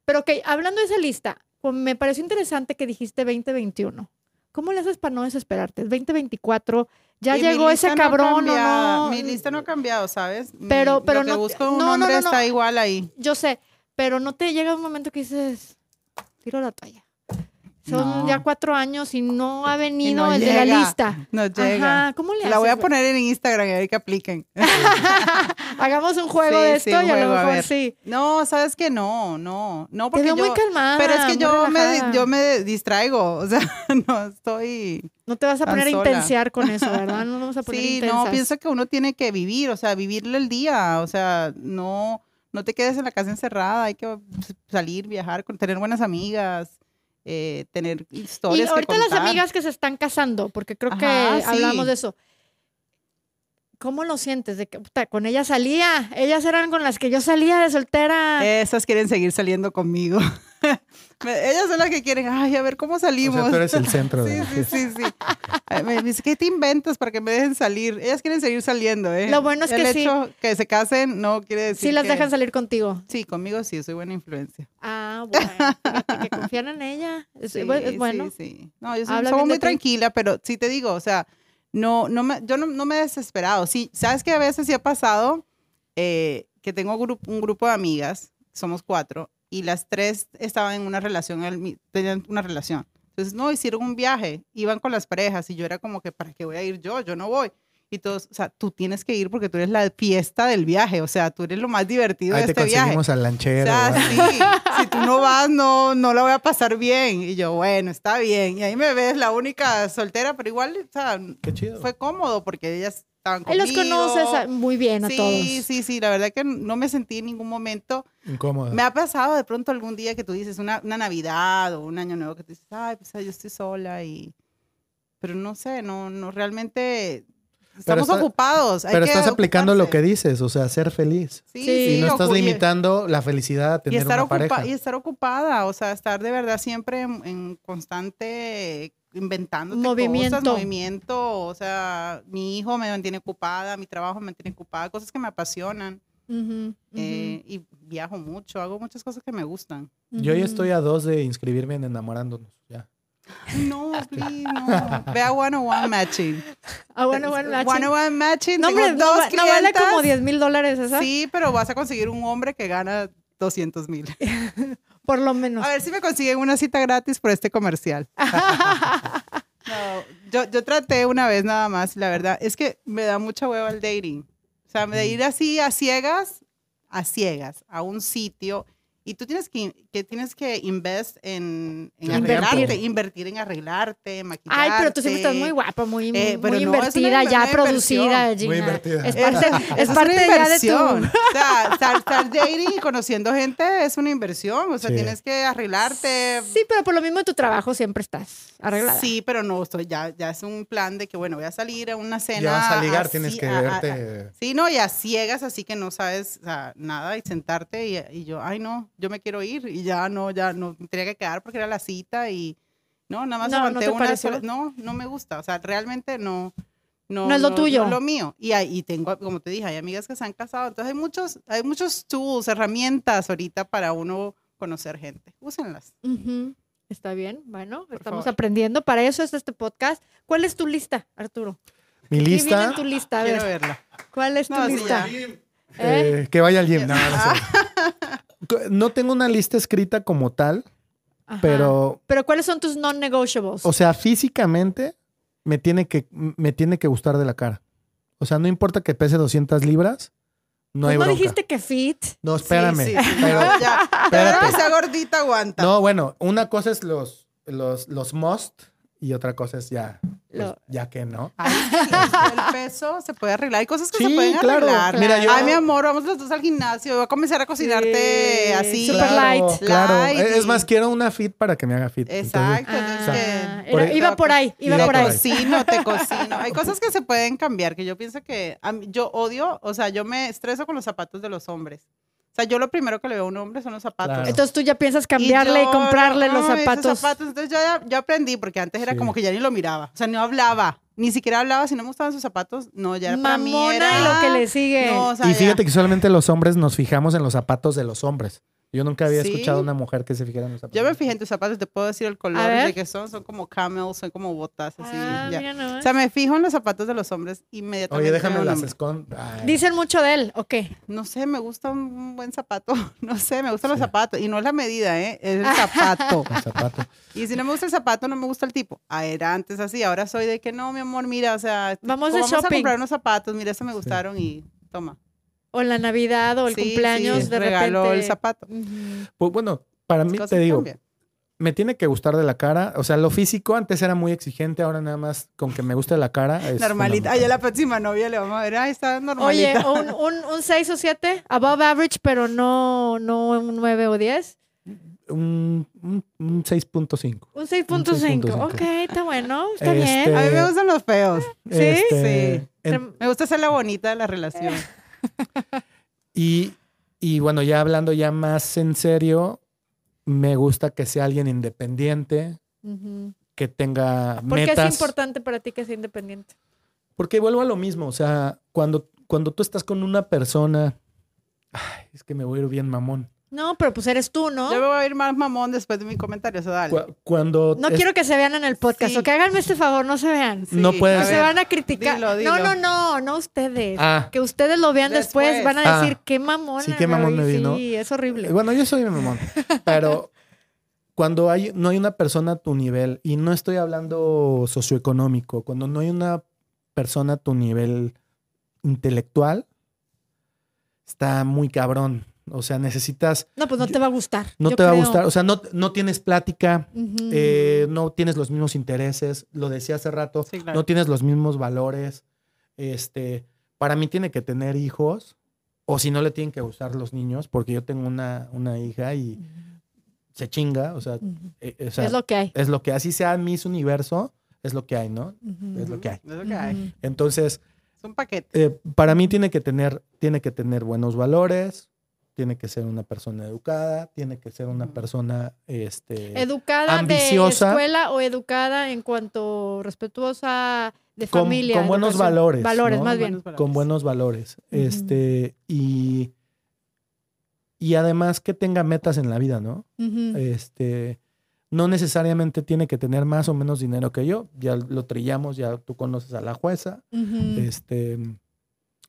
Speaker 2: Pero que hablando de esa lista, pues, me pareció interesante que dijiste 2021. ¿Cómo le haces para no desesperarte? Es 2024, ya
Speaker 1: Y mi
Speaker 2: llegó ese
Speaker 1: lista no ha
Speaker 2: cabrón o
Speaker 1: cambiado,
Speaker 2: no.
Speaker 1: Mi lista no ha cambiado, ¿sabes? Mi-
Speaker 2: Pero- pero
Speaker 1: lo que
Speaker 2: no-
Speaker 1: busco en
Speaker 2: no,
Speaker 1: un
Speaker 2: no,
Speaker 1: hombre
Speaker 2: no, no.
Speaker 1: está igual ahí.
Speaker 2: yo sé, pero no te llega un momento que dices, tiro la toalla. Son
Speaker 1: No.
Speaker 2: ya cuatro años y no ha
Speaker 1: Y
Speaker 2: venido
Speaker 1: no
Speaker 2: el de la
Speaker 1: llega,
Speaker 2: lista.
Speaker 1: No llega.
Speaker 2: Ajá, ¿cómo le
Speaker 1: La voy a
Speaker 2: haces?
Speaker 1: poner en Instagram y a ver que apliquen.
Speaker 2: Hagamos un juego
Speaker 1: Sí,
Speaker 2: de
Speaker 1: sí,
Speaker 2: esto
Speaker 1: un
Speaker 2: y a lo
Speaker 1: juego, a
Speaker 2: mejor
Speaker 1: ver.
Speaker 2: sí.
Speaker 1: No, sabes que no, no, no
Speaker 2: Te
Speaker 1: porque
Speaker 2: veo
Speaker 1: yo,
Speaker 2: muy calmada.
Speaker 1: pero es que
Speaker 2: muy
Speaker 1: yo me,
Speaker 2: relajada.
Speaker 1: yo me distraigo, o sea, no estoy.
Speaker 2: No te vas a
Speaker 1: tan
Speaker 2: poner a
Speaker 1: sola.
Speaker 2: intensear con eso, ¿verdad? No nos vamos a poner
Speaker 1: Sí,
Speaker 2: intensas.
Speaker 1: no, pienso que uno tiene que vivir, o sea, vivirle el día, o sea, no, no te quedes en la casa encerrada, hay que salir, viajar, con- tener buenas amigas, eh, tener
Speaker 2: Y
Speaker 1: historias. que
Speaker 2: ahorita las
Speaker 1: contar.
Speaker 2: amigas que se están casando, porque creo que
Speaker 1: Ajá, sí.
Speaker 2: hablamos de eso. ¿Cómo lo sientes? De que, puta, con ellas salía. Ellas eran con las que yo salía de soltera.
Speaker 1: Esas quieren seguir saliendo conmigo. Me- Ellas son las que quieren, ay, a ver cómo
Speaker 3: O
Speaker 1: salimos.
Speaker 3: sea, tú eres el centro. de
Speaker 1: Sí,
Speaker 3: la
Speaker 1: sí,
Speaker 3: fiesta.
Speaker 1: sí, sí. Ay, Me dice, ¿qué te inventas para que me dejen salir? Ellas quieren seguir saliendo, ¿eh?
Speaker 2: Lo bueno es
Speaker 1: El
Speaker 2: que sí.
Speaker 1: hecho que se casen no quiere decir
Speaker 2: Sí las
Speaker 1: que-
Speaker 2: dejan salir contigo.
Speaker 1: Sí, conmigo sí, soy buena influencia.
Speaker 2: Ah, bueno. fíjate que confían en ella. Es, eh,
Speaker 1: Sí,
Speaker 2: bueno, es bueno.
Speaker 1: Sí, sí. No, yo soy,
Speaker 2: Habla
Speaker 1: somos
Speaker 2: bien de
Speaker 1: muy
Speaker 2: ti.
Speaker 1: tranquila, pero sí te digo, o sea, no, no me, yo no, no me he desesperado. Sí, sabes que a veces sí ha pasado eh, que tengo gru- un grupo de amigas, somos cuatro, y las tres estaban en una relación, al mi- tenían una relación. Entonces, no, hicieron un viaje, iban con las parejas, y yo era como que, ¿para qué voy a ir yo? Yo no voy. Y todos, o sea, tú tienes que ir porque tú eres la fiesta del viaje, o sea, tú eres lo más divertido
Speaker 3: Ahí
Speaker 1: de
Speaker 3: te
Speaker 1: este viaje.
Speaker 3: conseguimos al lanchero.
Speaker 1: O sea,
Speaker 3: ¿verdad?
Speaker 1: sí, si tú no vas, no, no la voy a pasar bien. Y yo, bueno, está bien. Y ahí me ves la única soltera, pero igual, o sea,
Speaker 3: Qué chido.
Speaker 1: fue cómodo porque ellas estaban
Speaker 2: Ahí
Speaker 1: conmigo.
Speaker 2: los conoces a- muy bien a
Speaker 1: sí,
Speaker 2: todos.
Speaker 1: sí, sí, la verdad que no me sentí en ningún momento.
Speaker 3: Incómodo.
Speaker 1: Me ha pasado de pronto algún día que tú dices una, una Navidad o un año nuevo que tú dices, ay, pues ay, yo estoy sola y... Pero no sé, no, no, realmente estamos
Speaker 3: está-
Speaker 1: ocupados. hay
Speaker 3: Pero
Speaker 1: que
Speaker 3: estás aplicando lo que
Speaker 1: ocuparse.
Speaker 3: dices, o sea, ser feliz.
Speaker 1: Sí,
Speaker 2: Sí.
Speaker 1: sí,
Speaker 3: y no estás
Speaker 1: ocu- y-
Speaker 3: limitando la felicidad a
Speaker 1: y
Speaker 3: tener
Speaker 1: estar,
Speaker 3: una
Speaker 1: ocupa-
Speaker 3: pareja.
Speaker 1: y estar ocupada, o sea, estar de verdad siempre en, en constante inventando
Speaker 2: Movimiento.
Speaker 1: cosas, movimiento, o sea, mi hijo me mantiene ocupada, mi trabajo me mantiene ocupada, cosas que me apasionan
Speaker 2: Ujú, ujú,
Speaker 1: eh, y viajo mucho, hago muchas cosas que me gustan.
Speaker 3: Yo ya
Speaker 2: ujú.
Speaker 3: estoy a dos de inscribirme en enamorándonos. Ya.
Speaker 1: No, please, no. Ve a 101 Matching.
Speaker 2: Ah, bueno, bueno, la
Speaker 1: 101 Matching,
Speaker 2: ching- No,
Speaker 1: tengo
Speaker 2: hombre, no,
Speaker 1: dos
Speaker 2: va- no vale
Speaker 1: clientas.
Speaker 2: como ¿eh? 10 mil dólares esa.
Speaker 1: Sí, pero vas a conseguir un hombre que gana 200 mil.
Speaker 2: Por lo menos.
Speaker 1: A ver si me consiguen una cita gratis por este comercial. No, yo, yo traté una vez nada más, la verdad. Es que me da mucha hueva el dating. O sea, de ir así a ciegas, a ciegas, a un sitio Y tú tienes que, que tienes que invest en, en
Speaker 3: Invertir.
Speaker 1: arreglarte, invertir en arreglarte, maquillarte.
Speaker 2: Ay, pero tú siempre estás muy guapa, muy,
Speaker 1: Eh,
Speaker 2: muy
Speaker 1: pero no, es una
Speaker 2: invertida, ya
Speaker 1: inversión.
Speaker 2: producida, Gina.
Speaker 3: Muy invertida.
Speaker 2: Es parte, es
Speaker 1: una
Speaker 2: parte ya de
Speaker 1: inversión.
Speaker 2: tu...
Speaker 1: O sea, estar, estar dating y conociendo gente es una inversión. O sea,
Speaker 3: Sí.
Speaker 1: tienes que arreglarte.
Speaker 2: Sí, pero por lo mismo en tu trabajo siempre estás arreglada.
Speaker 1: Sí, pero no, estoy, ya, ya es un plan de que, bueno, voy a salir a una cena.
Speaker 3: Ya vas a ligar,
Speaker 1: así,
Speaker 3: tienes que
Speaker 1: a- a-
Speaker 3: verte.
Speaker 1: Sí, no, y a ciegas, así que no sabes o sea, nada y sentarte y, y yo, ay, no, yo me quiero ir y ya no, ya no, me tenía que quedar porque era la cita y no, nada más
Speaker 2: No, ¿no
Speaker 1: aguanté
Speaker 2: te
Speaker 1: una
Speaker 2: pareció?
Speaker 1: sola- No, no me gusta, o sea, realmente no.
Speaker 2: No es lo tuyo.
Speaker 1: No es lo mío. Y, ahí- y tengo, como te dije, hay amigas que se han casado, entonces hay muchos, hay muchos tools, herramientas ahorita para uno conocer gente. Úsenlas.
Speaker 2: Ujú. Está bien, bueno, estamos
Speaker 1: favor.
Speaker 2: aprendiendo. Para eso es este podcast. ¿Cuál es tu lista, Arturo?
Speaker 3: Mi
Speaker 2: ¿Qué viene en
Speaker 3: lista, eh,
Speaker 2: tu lista? A
Speaker 1: Quiero
Speaker 2: ver,
Speaker 1: verla.
Speaker 2: ¿cuál es tu
Speaker 1: No, sí, ya.
Speaker 2: lista?
Speaker 4: Sí,
Speaker 2: ¿Eh?
Speaker 3: eh, que vaya al gym. No, no, sé. Co- no tengo una lista escrita como tal,
Speaker 2: Ajá.
Speaker 3: pero,
Speaker 2: Pero ¿cuáles son tus non-negotiables?
Speaker 3: o sea, físicamente me tiene, que, me tiene que gustar de la cara. O sea, no importa que pese 200 libras, no
Speaker 2: Pues
Speaker 3: hay bronca.
Speaker 2: dijiste que fit.
Speaker 1: Pues
Speaker 3: No, espérame.
Speaker 1: Sí, sí, sí,
Speaker 3: pero-
Speaker 1: no, ya. Pero
Speaker 3: espérate.
Speaker 1: esa gordita aguanta.
Speaker 3: No, bueno, una cosa es los, los, los must y otra cosa es ya, pues,
Speaker 2: Lo-
Speaker 3: ya que no.
Speaker 1: Ay, sí, el peso se puede arreglar. Hay cosas que
Speaker 3: Sí,
Speaker 1: se pueden
Speaker 3: claro.
Speaker 1: arreglar.
Speaker 3: Mira, yo-
Speaker 1: Ay, mi amor, vamos los dos al gimnasio. Voy a comenzar a cocinarte
Speaker 2: Sí,
Speaker 1: así.
Speaker 2: Super light.
Speaker 3: Claro, E-,
Speaker 1: Light
Speaker 3: es
Speaker 1: y-
Speaker 3: más, quiero una fit para que me haga fit. Entonces,
Speaker 1: Exacto. entonces
Speaker 2: Ah,
Speaker 1: que-
Speaker 3: por
Speaker 2: era-
Speaker 3: ahí-
Speaker 2: iba por ahí, iba
Speaker 3: Iba
Speaker 2: por
Speaker 3: por
Speaker 2: ahí.
Speaker 1: Te cocino, te cocino. Hay cosas que se pueden cambiar, que yo pienso que a mí- yo odio, o sea, yo me estreso con los zapatos de los hombres. O sea, yo lo primero que le veo a un hombre son los zapatos.
Speaker 3: Claro.
Speaker 2: Entonces tú ya piensas cambiarle y,
Speaker 1: yo,
Speaker 2: comprarle los
Speaker 1: ay, esos
Speaker 2: zapatos.
Speaker 1: Entonces yo, ya- yo aprendí, porque antes era
Speaker 3: Sí.
Speaker 1: como que ya ni lo miraba. O sea, no hablaba. Ni siquiera hablaba. Si no me gustaban sus zapatos, no, ya era para mí.
Speaker 2: Mamona
Speaker 1: era- Ah,
Speaker 2: y lo que le sigue.
Speaker 1: No, o sea,
Speaker 3: y
Speaker 1: ya.
Speaker 3: fíjate que solamente los hombres nos fijamos en los zapatos de los hombres. Yo nunca había
Speaker 1: Sí.
Speaker 3: escuchado a una mujer que se fijara en los zapatos.
Speaker 1: Yo me fijé en tus zapatos, te puedo decir el color
Speaker 2: ver.
Speaker 1: de que son, son como camel, son como botas así.
Speaker 2: Ah,
Speaker 1: ya.
Speaker 2: mira nomás.
Speaker 1: O sea, me fijo en los zapatos de los hombres inmediatamente.
Speaker 3: Oye,
Speaker 1: veo
Speaker 3: déjame
Speaker 1: un
Speaker 3: las
Speaker 1: hombre.
Speaker 3: escond... Ay.
Speaker 2: Dicen mucho de él, ok.
Speaker 1: No sé, me gusta un buen zapato. No sé, me gustan los
Speaker 3: Sí.
Speaker 1: zapatos. Y no es la medida, ¿eh? Es el zapato.
Speaker 3: Los zapatos.
Speaker 1: y si no me gusta el zapato, no me gusta el tipo. Ah, era antes así, ahora soy de que no, mi amor, mira, o sea,
Speaker 2: Vamos de
Speaker 1: vamos a
Speaker 2: shopping.
Speaker 1: comprar unos zapatos, mira, esos me gustaron y toma.
Speaker 2: O en la Navidad o el
Speaker 1: Sí,
Speaker 2: cumpleaños
Speaker 1: sí,
Speaker 2: de
Speaker 1: regaló
Speaker 2: repente.
Speaker 1: el zapato.
Speaker 2: Ujú.
Speaker 3: Pues bueno, para mí
Speaker 1: Cosas
Speaker 3: te digo,
Speaker 1: cambian.
Speaker 3: me tiene que gustar de la cara. O sea, lo físico antes era muy exigente, ahora nada más con que me guste la cara. es
Speaker 2: Ah,
Speaker 1: Normalita. Ay, a
Speaker 3: fundamental.
Speaker 1: la próxima novia le vamos a ver, ay, está
Speaker 2: Oye,
Speaker 1: normalita.
Speaker 2: un, un, 6 o 7, above average, pero no, no un 9 o 10.
Speaker 3: Un, un- un 6.5.
Speaker 2: Un 6.5.
Speaker 3: 6.5.
Speaker 2: Ok, está bueno, está
Speaker 3: Este,
Speaker 2: bien.
Speaker 1: a mí me gustan los feos.
Speaker 2: ¿Sí?
Speaker 3: Este,
Speaker 1: Sí.
Speaker 3: en-
Speaker 2: Trem-
Speaker 1: Me gusta ser la bonita de la relación.
Speaker 2: Eh,
Speaker 3: y, y bueno, ya hablando ya más en serio, me gusta que sea alguien independiente,
Speaker 2: Ujú.
Speaker 3: que tenga
Speaker 2: ¿Por qué Ah, es
Speaker 3: metas.
Speaker 2: importante para ti que sea independiente?
Speaker 3: Porque vuelvo a lo mismo, o sea, cuando, cuando tú estás con una persona, ay, es que me voy a ir bien mamón.
Speaker 2: No, pero pues eres tú, ¿no?
Speaker 1: Yo me voy a ir más mamón después de mi comentario, eso dale.
Speaker 3: Cu- Cuando
Speaker 2: No
Speaker 3: es-
Speaker 2: quiero que se vean en el podcast.
Speaker 1: Sí.
Speaker 2: O que háganme este favor, no se vean.
Speaker 1: Sí,
Speaker 3: no puedes-
Speaker 1: a
Speaker 2: No se
Speaker 1: ver,
Speaker 2: van a criticar.
Speaker 1: Dilo, dilo.
Speaker 2: No, no, no, no ustedes.
Speaker 3: Ah,
Speaker 2: Que ustedes lo vean después,
Speaker 1: Después.
Speaker 2: van a decir
Speaker 3: Ah.
Speaker 2: qué mamón.
Speaker 3: Sí, qué mamón me vi, ¿no?
Speaker 2: Sí, es horrible.
Speaker 3: Eh, bueno, yo soy mamón, pero cuando hay, no hay una persona a tu nivel, y no estoy hablando socioeconómico, cuando no hay una persona a tu nivel intelectual, está muy cabrón. O sea, necesitas,
Speaker 2: No, pues no te va a gustar.
Speaker 3: no
Speaker 2: yo
Speaker 3: te va
Speaker 2: creo.
Speaker 3: a gustar, o sea, no, no tienes plática,
Speaker 2: Ujú.
Speaker 3: eh, no tienes los mismos intereses, lo decía hace rato,
Speaker 1: Sí, claro.
Speaker 3: no tienes los mismos valores. Este, para mí tiene que tener hijos, o si no le tienen que gustar los niños, porque yo tengo una, una hija y se chinga, o sea,
Speaker 2: Ujú.
Speaker 3: eh, eh, o sea,
Speaker 2: es lo que hay.
Speaker 3: que así sea Miss Universo, es lo que hay, ¿no?
Speaker 2: Ujú.
Speaker 3: es lo que hay.
Speaker 1: Es lo que hay.
Speaker 3: Eh,
Speaker 2: Ujú.
Speaker 3: Entonces,
Speaker 1: Es un paquete.
Speaker 3: eh, para mí tiene que tener, tiene que tener buenos valores, tiene que ser una persona educada, tiene que ser una
Speaker 1: Ujú.
Speaker 3: persona, este,
Speaker 2: Educada
Speaker 3: ambiciosa.
Speaker 2: de escuela o educada en cuanto respetuosa de
Speaker 3: Con-
Speaker 2: familia.
Speaker 3: con buenos
Speaker 2: educación.
Speaker 3: valores,
Speaker 2: Valores,
Speaker 3: ¿no?
Speaker 2: más
Speaker 1: Con
Speaker 2: bien.
Speaker 1: buenos valores.
Speaker 3: con buenos valores.
Speaker 2: Ujú.
Speaker 3: Este, y, y además que tenga metas en la vida, ¿no?
Speaker 2: Ujú.
Speaker 3: Este, no necesariamente tiene que tener más o menos dinero que yo. Ya lo trillamos, ya tú conoces a la jueza.
Speaker 2: Ujú.
Speaker 3: Este,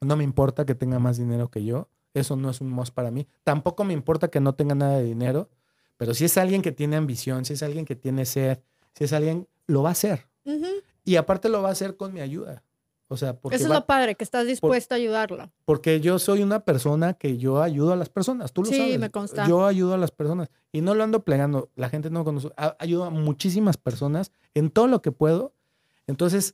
Speaker 3: no me importa que tenga más dinero que yo. Eso no es un must para mí. Tampoco me importa que no tenga nada de dinero, pero si es alguien que tiene ambición, si es alguien que tiene sed, si es alguien, lo va a hacer.
Speaker 2: Ujú.
Speaker 3: Y aparte lo va a hacer con mi ayuda. O sea, porque,
Speaker 2: Eso es
Speaker 3: va-
Speaker 2: lo padre, que estás dispuesto a ayudarlo.
Speaker 3: porque yo soy una persona que yo ayudo a las personas, tú lo
Speaker 2: Sí,
Speaker 3: sabes.
Speaker 2: me consta.
Speaker 3: Yo ayudo a las personas y no lo ando plegando, la gente no conoce, a- ayudo a muchísimas personas en todo lo que puedo. Entonces,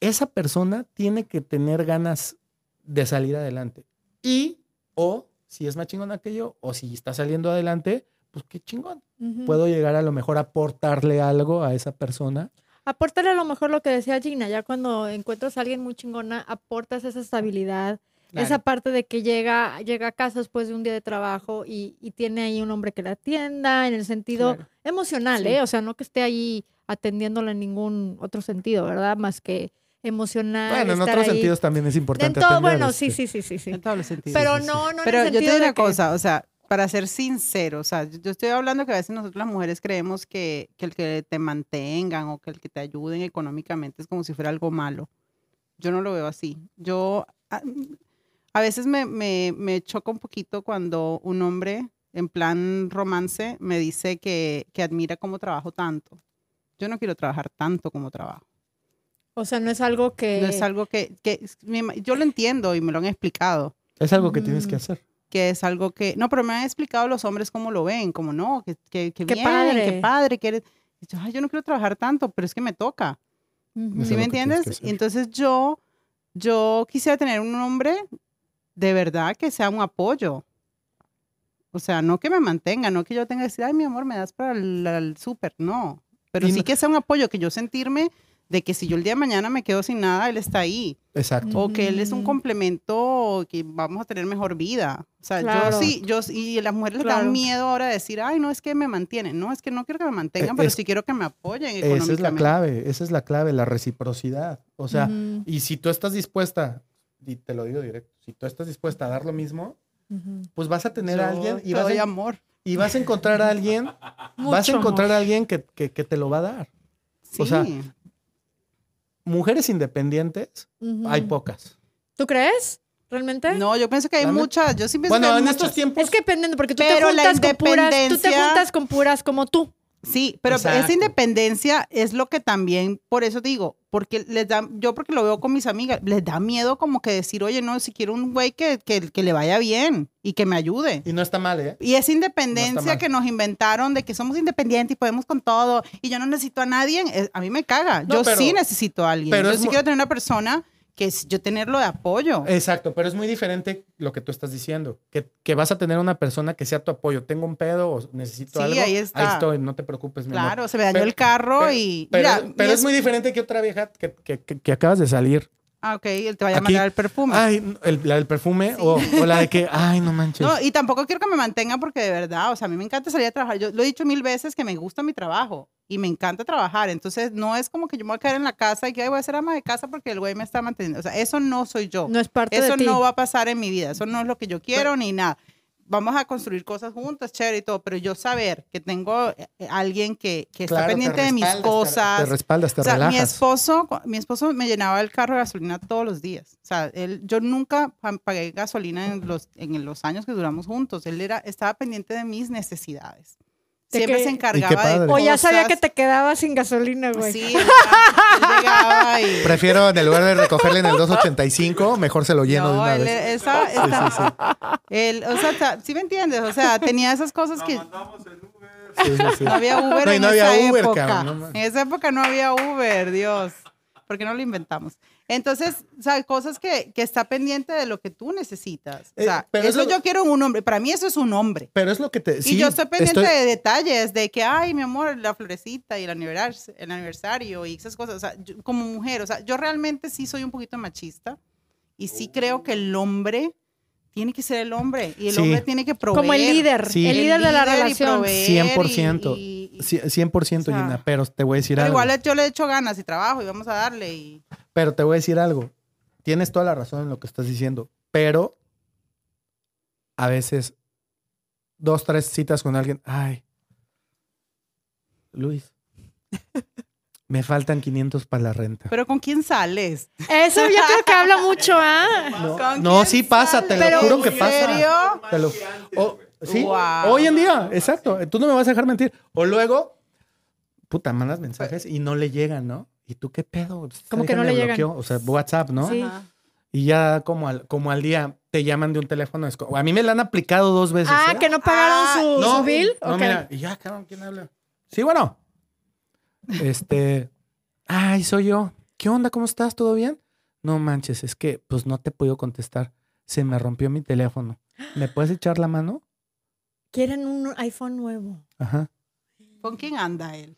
Speaker 3: esa persona tiene que tener ganas de salir adelante. Y, o si es más chingón aquello, o si está saliendo adelante, pues qué chingón.
Speaker 2: Ujú.
Speaker 3: Puedo llegar a lo mejor a aportarle algo a esa persona
Speaker 2: Apórtale a lo mejor lo que decía Gina, ya cuando encuentras a alguien muy chingona, aportas esa estabilidad,
Speaker 1: Claro.
Speaker 2: esa parte de que llega, llega a casa después de un día de trabajo y, y tiene ahí un hombre que la atienda, en el sentido
Speaker 1: Claro.
Speaker 2: emocional,
Speaker 1: Sí.
Speaker 2: ¿eh? O sea, no que esté ahí atendiéndola en ningún otro sentido, ¿verdad? Más que emocional.
Speaker 3: Bueno, en
Speaker 2: Ah, estar
Speaker 3: otros
Speaker 2: ahí.
Speaker 3: sentidos también es
Speaker 2: En
Speaker 3: importante.
Speaker 2: todo-
Speaker 3: atender,
Speaker 2: bueno,
Speaker 3: este.
Speaker 2: sí, sí, sí, sí, sí.
Speaker 1: En todos los sentidos.
Speaker 2: Pero
Speaker 3: sí, sí.
Speaker 2: no, no en
Speaker 1: Pero
Speaker 2: el
Speaker 1: yo te
Speaker 2: sentido
Speaker 1: digo
Speaker 2: de
Speaker 1: una
Speaker 2: que-
Speaker 1: cosa, o sea, para ser sincero, o sea, yo yo estoy hablando que a veces nosotros las mujeres creemos que, que el que te mantengan o que el que te ayuden económicamente es como si fuera algo malo. Yo no lo veo así. Yo a, a veces me, me, me choca un poquito cuando un hombre en plan romance me dice que, que admira cómo trabajo tanto. Yo no quiero trabajar tanto como trabajo.
Speaker 2: O sea, no es algo que...
Speaker 1: No es algo que, que me ima- yo lo entiendo y me lo han explicado
Speaker 3: Es algo que tienes que
Speaker 2: Mm.
Speaker 3: hacer.
Speaker 1: que es algo que, no, pero me han explicado los hombres cómo lo ven, como no, que, que, que
Speaker 2: Qué
Speaker 1: bien,
Speaker 2: padre.
Speaker 1: qué padre, que eres. Y yo, "Ay, yo no quiero trabajar tanto, pero es que me toca,
Speaker 2: Ujú.
Speaker 3: Es
Speaker 1: ¿sí me
Speaker 3: algo que tienes que
Speaker 1: entiendes?
Speaker 3: hacer.
Speaker 1: Y entonces yo, yo quisiera tener un hombre de verdad que sea un apoyo. O sea, no que me mantenga, no que yo tenga que decir, ay, mi amor, me das para el, al súper, no. Pero
Speaker 3: Y
Speaker 1: sí
Speaker 3: no-
Speaker 1: que sea un apoyo, que yo sentirme de que si yo el día de mañana me quedo sin nada, él está ahí
Speaker 3: Exacto.
Speaker 1: o que él es un
Speaker 2: Ujú.
Speaker 1: complemento que vamos a tener mejor vida. O sea,
Speaker 2: Claro.
Speaker 1: yo sí, yo sí- y las mujeres les
Speaker 2: Claro.
Speaker 1: dan miedo ahora de decir, ay, no es que me mantienen, no es que no quiero que me mantengan,
Speaker 3: Eh,
Speaker 1: pero
Speaker 3: es-
Speaker 1: sí quiero que me apoyen
Speaker 3: Esa es la
Speaker 1: económicamente.
Speaker 3: clave, esa es la clave, la reciprocidad. O sea,
Speaker 2: Ujú,
Speaker 3: y si tú estás dispuesta, y te lo digo directo, si tú estás dispuesta a dar lo mismo,
Speaker 2: ujú.
Speaker 3: pues vas a tener a
Speaker 1: Yo
Speaker 3: alguien y
Speaker 1: te
Speaker 3: vas
Speaker 1: doy
Speaker 3: a,
Speaker 1: amor.
Speaker 3: y vas a encontrar a alguien, vas a
Speaker 2: Mucho
Speaker 3: encontrar
Speaker 2: amor.
Speaker 3: a alguien que, que- que te lo va a dar. o
Speaker 1: Sí.
Speaker 3: sea, Mujeres independientes,
Speaker 2: Ujú.
Speaker 3: hay pocas.
Speaker 2: ¿Tú crees? ¿Realmente?
Speaker 1: no, yo pienso que hay
Speaker 3: Dame-
Speaker 1: muchas, yo sí pienso
Speaker 3: Bueno,
Speaker 1: que hay
Speaker 3: en
Speaker 1: muchas.
Speaker 3: estos tiempos,
Speaker 2: Es que depende, porque tú
Speaker 1: Pero
Speaker 2: te
Speaker 1: la
Speaker 2: juntas con puras, tú te
Speaker 1: independencia-
Speaker 2: juntas con puras como tú.
Speaker 1: Sí, pero
Speaker 3: Exacto.
Speaker 1: esa independencia es lo que también, por eso digo, porque les da, yo porque lo veo con mis amigas, les da miedo como que decir, oye, no, si quiero un güey que, que, que le vaya bien y que me ayude.
Speaker 3: y no está mal, ¿eh?
Speaker 1: Y esa
Speaker 3: No está
Speaker 1: independencia
Speaker 3: mal.
Speaker 1: que nos inventaron de que somos independientes y podemos con todo y yo no necesito a nadie, eh, a mí me caga.
Speaker 3: No,
Speaker 1: yo
Speaker 3: pero-
Speaker 1: sí necesito a alguien. yo
Speaker 3: pero es
Speaker 1: sí
Speaker 3: mu- Eh,
Speaker 1: quiero tener una persona que s- yo tenerlo de apoyo.
Speaker 3: Exacto, pero es muy diferente lo que tú estás diciendo, que, que vas a tener una persona que sea tu apoyo. Tengo un pedo o necesito
Speaker 1: Sí,
Speaker 3: algo.
Speaker 1: ahí está.
Speaker 3: estoy, no te preocupes, mi amor.
Speaker 1: claro, se me dañó
Speaker 3: Pero-
Speaker 1: el carro
Speaker 3: pero-
Speaker 1: y...
Speaker 3: Pero,
Speaker 1: mira,
Speaker 3: pero
Speaker 1: mi
Speaker 3: es muy diferente que otra vieja que, que- que- que acabas de salir.
Speaker 1: Ah, ok, él te vaya a
Speaker 3: Aquí-
Speaker 1: mandar el perfume.
Speaker 3: Ay, el- la del perfume o, o la de que, ay, no manches.
Speaker 1: No, y tampoco quiero que me mantengan porque de verdad, o sea, a mí me encanta salir a trabajar. Yo lo he dicho mil veces que me gusta mi trabajo y me encanta trabajar. Entonces, no es como que yo me voy a quedar en la casa y que "Ay, voy a ser ama de casa porque el güey me está manteniendo. O sea, eso no soy yo.
Speaker 2: No es parte
Speaker 1: Eso
Speaker 2: de ti.
Speaker 1: no va a pasar en mi vida. Eso no es lo que yo quiero ni nada. Vamos a construir cosas juntas, chévere y todo, pero yo saber que tengo eh, eh, alguien que, que
Speaker 3: Claro,
Speaker 1: está
Speaker 3: te
Speaker 1: pendiente de mis
Speaker 3: respaldas, te- Te
Speaker 1: cosas.
Speaker 3: respaldas, te
Speaker 1: o sea, mi
Speaker 3: relajas.
Speaker 1: esposo, cu- mi esposo me llenaba el carro de gasolina todos los días. O sea, él, yo nunca pa- pagué gasolina en los, en los años que duramos juntos. Él era, estaba pendiente de mis necesidades.
Speaker 2: De
Speaker 1: Siempre
Speaker 2: que-
Speaker 1: se
Speaker 2: Y qué
Speaker 1: encargaba de
Speaker 3: padre.
Speaker 2: O ya sabía
Speaker 1: cosas.
Speaker 2: que te quedabas sin gasolina, güey.
Speaker 1: Sí, él llegaba- él llegaba y...
Speaker 3: Prefiero en el lugar de recogerle en el 285, mejor se lo lleno de
Speaker 1: No, e-,
Speaker 3: una
Speaker 1: él,
Speaker 3: vez.
Speaker 1: esa- esa- él, o sea, ta- sí me entiendes, o sea, tenía esas cosas
Speaker 4: La
Speaker 1: que
Speaker 4: mandamos en Uber.
Speaker 3: Sí, sí, sí.
Speaker 1: no había Uber
Speaker 3: No, y
Speaker 1: en
Speaker 3: no había
Speaker 1: esa
Speaker 3: Uber,
Speaker 1: época.
Speaker 3: cabrón, no mames.
Speaker 1: en esa época no había Uber, Dios. ¿Por qué no lo inventamos? Entonces, o sea, cosas que, que está pendiente de lo que tú necesitas. O
Speaker 3: Eh,
Speaker 1: sea,
Speaker 3: pero
Speaker 1: eso
Speaker 3: eso-
Speaker 1: yo quiero en un hombre. Para mí eso es un hombre.
Speaker 3: Pero es lo que te. sí,
Speaker 1: y yo estoy pendiente
Speaker 3: estoy-
Speaker 1: de detalles, de que, ay, mi amor, la florecita y el aniversario, el aniversario y esas cosas. O sea, yo- como mujer, o sea, yo realmente sí soy un poquito machista y sí creo que el hombre tiene que ser el hombre y el
Speaker 3: Sí.
Speaker 1: hombre tiene que proveer.
Speaker 2: Como el líder,
Speaker 3: Sí.
Speaker 2: el líder de la
Speaker 1: y
Speaker 2: relación.
Speaker 1: proveer
Speaker 3: 100%.
Speaker 1: y- y- y-
Speaker 3: Sí, 100%
Speaker 1: O sea,
Speaker 3: Gina, pero te voy a decir
Speaker 1: pero
Speaker 3: algo.
Speaker 1: igual yo le echo ganas y trabajo y vamos a darle y
Speaker 3: Pero te voy a decir algo. Tienes toda la razón en lo que estás diciendo, pero a veces dos, tres citas con alguien. Ay, Luis, me faltan 500 para la renta.
Speaker 1: pero con quién sales
Speaker 2: Eso yo creo que habla mucho, ¿ah?
Speaker 3: No,
Speaker 1: ¿Con
Speaker 3: no,
Speaker 1: quién
Speaker 3: sí pasa, te
Speaker 1: sales?
Speaker 3: lo
Speaker 2: Pero,
Speaker 3: juro que
Speaker 1: ¿en
Speaker 3: pasa.
Speaker 1: serio?
Speaker 3: Te lo-
Speaker 4: que antes,
Speaker 3: O-
Speaker 4: güey.
Speaker 3: sí,
Speaker 1: Wow.
Speaker 3: hoy en día, exacto. Tú no me vas a dejar mentir. O luego, puta, mandas mensajes y no le llegan, ¿no? Y ¿y tú qué pedo? Esta
Speaker 2: Como Pues que
Speaker 3: vieja
Speaker 2: no
Speaker 3: me
Speaker 2: le llegan.
Speaker 3: bloqueó". O sea, WhatsApp, ¿no?
Speaker 2: Sí.
Speaker 1: Ajá.
Speaker 3: Y ya como al, como al día te llaman de un teléfono. desco- A mí me la han aplicado dos veces.
Speaker 2: Ah,
Speaker 3: ¿eh?
Speaker 2: que no pagaron
Speaker 1: Ah,
Speaker 2: su,
Speaker 3: No,
Speaker 2: su bill.
Speaker 3: No,
Speaker 2: Ok.
Speaker 3: mira, y ya, cabrón, ¿quién habla? Sí, bueno. Este, ay, soy yo. ¿Qué onda? ¿Cómo estás? ¿Todo bien? No manches, es que pues no te puedo contestar. Se me rompió mi teléfono. ¿Me puedes echar la mano?
Speaker 2: Quieren un iPhone nuevo.
Speaker 3: Ajá.
Speaker 1: ¿Con quién anda él?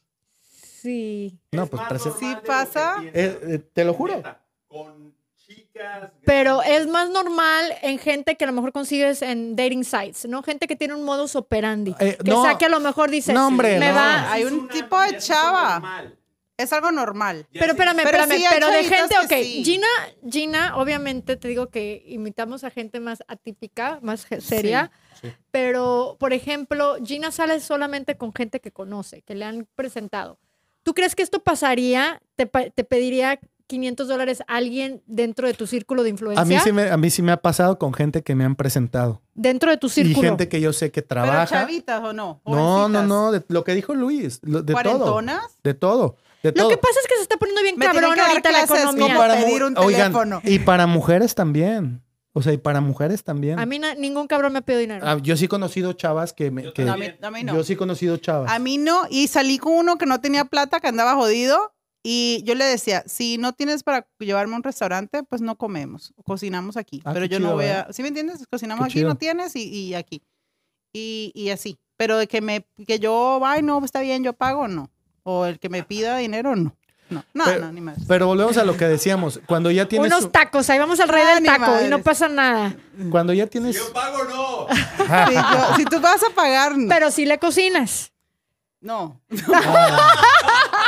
Speaker 2: Sí.
Speaker 3: No,
Speaker 4: Es
Speaker 3: pues
Speaker 4: más
Speaker 3: parece-
Speaker 4: normal de lo que
Speaker 1: pasa.
Speaker 4: piensa.
Speaker 3: Eh, eh, te lo juro.
Speaker 4: Neta, Con chicas.
Speaker 2: Pero
Speaker 4: grandes.
Speaker 2: es más normal en gente que a lo mejor consigues en dating sites, ¿no? Gente que tiene un modus operandi.
Speaker 3: Eh,
Speaker 2: que
Speaker 3: no.
Speaker 2: saque a lo mejor dice,
Speaker 3: No, hombre,
Speaker 2: me
Speaker 3: no.
Speaker 2: va.
Speaker 1: Hay
Speaker 4: Es
Speaker 1: un
Speaker 4: una-
Speaker 1: tipo de
Speaker 4: ya es
Speaker 1: chava.
Speaker 4: normal.
Speaker 1: Es algo normal.
Speaker 4: Ya
Speaker 2: Pero
Speaker 4: sí.
Speaker 2: espérame,
Speaker 1: Pero
Speaker 2: espérame,
Speaker 1: sí, hay
Speaker 2: pero de
Speaker 1: chavitas
Speaker 2: gente, ok.
Speaker 1: que sí.
Speaker 2: Gina, Gina, obviamente te digo que imitamos a gente más atípica, más je- seria.
Speaker 3: Sí, sí.
Speaker 2: Pero, por ejemplo, Gina sale solamente con gente que conoce, que le han presentado. ¿Tú crees que esto pasaría? ¿Te, pa- te pediría 500 dólares alguien dentro de tu círculo de influencia?
Speaker 3: A mí, sí me, a mí sí me ha pasado con gente que me han presentado.
Speaker 2: Dentro de tu
Speaker 3: Y
Speaker 2: círculo.
Speaker 3: gente que yo sé que
Speaker 1: Pero
Speaker 3: trabaja.
Speaker 1: chavitas o no.
Speaker 3: No, no,
Speaker 1: Jovencitas.
Speaker 3: no, de- lo que dijo Luis, lo- de todo.
Speaker 1: ¿Cuarentonas?
Speaker 3: De todo, de
Speaker 2: Lo
Speaker 3: todo.
Speaker 2: que pasa es que se está poniendo bien
Speaker 1: Me tienen
Speaker 2: cabrón
Speaker 1: que dar
Speaker 2: ahorita la
Speaker 1: clases
Speaker 2: economía.
Speaker 1: como para- pedir un teléfono.
Speaker 3: y para mujeres también. O sea, y para mujeres también.
Speaker 2: A mí na- ningún cabrón me pidió dinero.
Speaker 3: Ah, yo sí he conocido chavas que... me-
Speaker 4: Yo
Speaker 3: que-
Speaker 1: No,
Speaker 4: también.
Speaker 1: a mí, a mí no.
Speaker 3: Yo sí he conocido chavas.
Speaker 1: A mí no. Y salí con uno que no tenía plata, que andaba jodido. Y yo le decía, si no tienes para llevarme a un restaurante, pues no comemos. Cocinamos aquí.
Speaker 3: Ah,
Speaker 1: pero
Speaker 3: qué
Speaker 1: yo
Speaker 3: chido,
Speaker 1: no voy
Speaker 3: ¿verdad?
Speaker 1: a... ¿Sí me entiendes? Cocinamos
Speaker 3: Qué
Speaker 1: aquí,
Speaker 3: chido.
Speaker 1: no tienes y, y aquí. Y, y así. Pero de que, me, que yo, ay, no, está bien, yo pago, no. O el que me pida dinero, no. No, no,
Speaker 3: Pero-
Speaker 1: no, ni más.
Speaker 3: Pero volvemos a lo que decíamos. Cuando ya tienes,
Speaker 2: Unos tacos, ahí vamos al rey
Speaker 1: Ah,
Speaker 2: del
Speaker 1: ni
Speaker 2: taco y no
Speaker 1: madres.
Speaker 2: pasa nada.
Speaker 3: cuando ya
Speaker 4: Si
Speaker 3: tienes,
Speaker 4: Yo pago, no.
Speaker 1: Si, yo- si tú vas a pagar, no.
Speaker 2: Pero si le cocinas.
Speaker 1: no.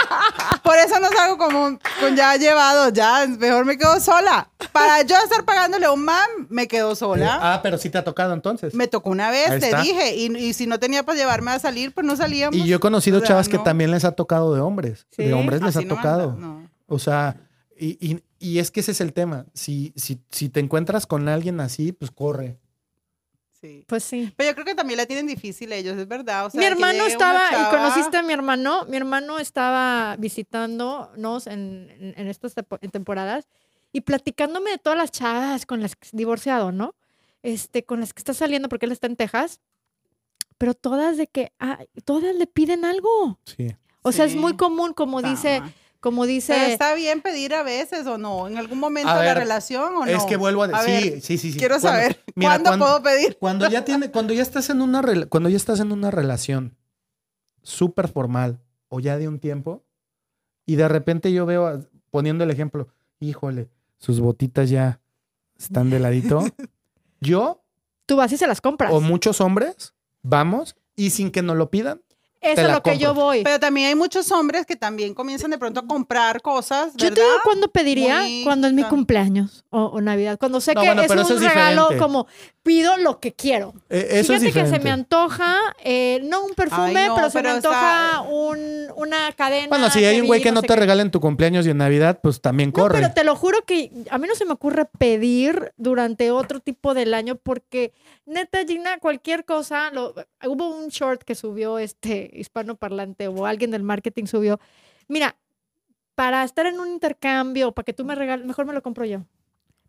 Speaker 3: Ah,
Speaker 1: Por eso no salgo como con ya llevado, ya mejor me quedo sola. Para yo estar pagándole a un man, me quedo sola.
Speaker 3: ah, pero sí te ha tocado entonces.
Speaker 1: Me tocó una
Speaker 3: Ahí
Speaker 1: vez, te
Speaker 3: está.
Speaker 1: dije, y, y si no tenía para llevarme a salir, pues no salíamos.
Speaker 3: Y yo he conocido
Speaker 1: O sea,
Speaker 3: chavas que
Speaker 1: no.
Speaker 3: también les ha tocado de hombres.
Speaker 2: Sí,
Speaker 3: De hombres les
Speaker 1: Así
Speaker 3: ha
Speaker 1: no
Speaker 3: tocado.
Speaker 1: anda, no.
Speaker 3: O sea, y, y- y es que ese es el tema. Si, si, si te encuentras con alguien así, pues corre.
Speaker 1: Sí.
Speaker 2: Pues sí.
Speaker 1: Pero yo creo que también la tienen difícil ellos, es verdad. o sea,
Speaker 2: mi
Speaker 1: que
Speaker 2: hermano
Speaker 1: llegue una
Speaker 2: estaba, y
Speaker 1: chava-
Speaker 2: conociste a mi hermano, mi hermano estaba visitándonos en, en- en estas tepo- en temporadas y platicándome de todas las chavas con las que divorciado, ¿no? Este, con las que está saliendo porque él está en Texas, pero todas de que, ah, todas le piden algo.
Speaker 3: Sí.
Speaker 2: O sea, es
Speaker 1: Sí.
Speaker 2: muy común, como
Speaker 1: Tama.
Speaker 2: dice, como dice.
Speaker 1: Pero está bien pedir a veces o no, en algún momento
Speaker 3: A
Speaker 1: de la
Speaker 3: ver,
Speaker 1: relación o no.
Speaker 3: Es que vuelvo a,
Speaker 1: A
Speaker 3: decir.
Speaker 1: ver,
Speaker 3: sí, sí, sí.
Speaker 1: Quiero
Speaker 3: Cuando-
Speaker 1: saber,
Speaker 3: mira,
Speaker 1: ¿cuándo
Speaker 3: cuando-
Speaker 1: puedo pedir?
Speaker 3: Cuando ya tiene, cuando ya estás en una rela- cuando ya estás en una relación súper formal o ya de un tiempo, y de repente yo veo, a- poniendo el ejemplo, híjole, sus botitas ya están de ladito. yo
Speaker 2: Tú vas y se las compras.
Speaker 3: o muchos hombres vamos y sin que nos lo pidan.
Speaker 2: Eso
Speaker 3: te
Speaker 2: es
Speaker 3: la
Speaker 2: lo que yo
Speaker 3: compro.
Speaker 2: voy.
Speaker 1: Pero también hay muchos hombres que también comienzan de pronto a comprar cosas,
Speaker 2: Yo
Speaker 1: ¿verdad?
Speaker 2: te digo cuándo pediría,
Speaker 1: Muy
Speaker 2: cuando es mi
Speaker 1: tan-
Speaker 2: cumpleaños o, o Navidad, cuando sé
Speaker 3: No,
Speaker 2: que
Speaker 3: bueno,
Speaker 2: es
Speaker 3: pero eso
Speaker 2: un
Speaker 3: es
Speaker 2: regalo
Speaker 3: diferente.
Speaker 2: como pido lo que quiero.
Speaker 3: Eh, eso
Speaker 2: Fíjate
Speaker 3: es diferente.
Speaker 2: que se me antoja, eh, no un perfume,
Speaker 1: Ay, no,
Speaker 2: pero se me
Speaker 1: pero
Speaker 2: antoja
Speaker 1: está-
Speaker 2: un- una cadena.
Speaker 3: bueno, si hay un güey
Speaker 2: vi,
Speaker 3: que no
Speaker 2: sé
Speaker 3: te
Speaker 2: qué.
Speaker 3: regala en tu cumpleaños y en Navidad, pues también
Speaker 2: No,
Speaker 3: corre.
Speaker 2: pero te lo juro que a mí no se me ocurre pedir durante otro tipo del año porque, neta, Gina, cualquier cosa, lo- hubo un short que subió este hispanoparlante o alguien del marketing subió. Mira, para estar en un intercambio, para que tú me regales, mejor me lo compro yo.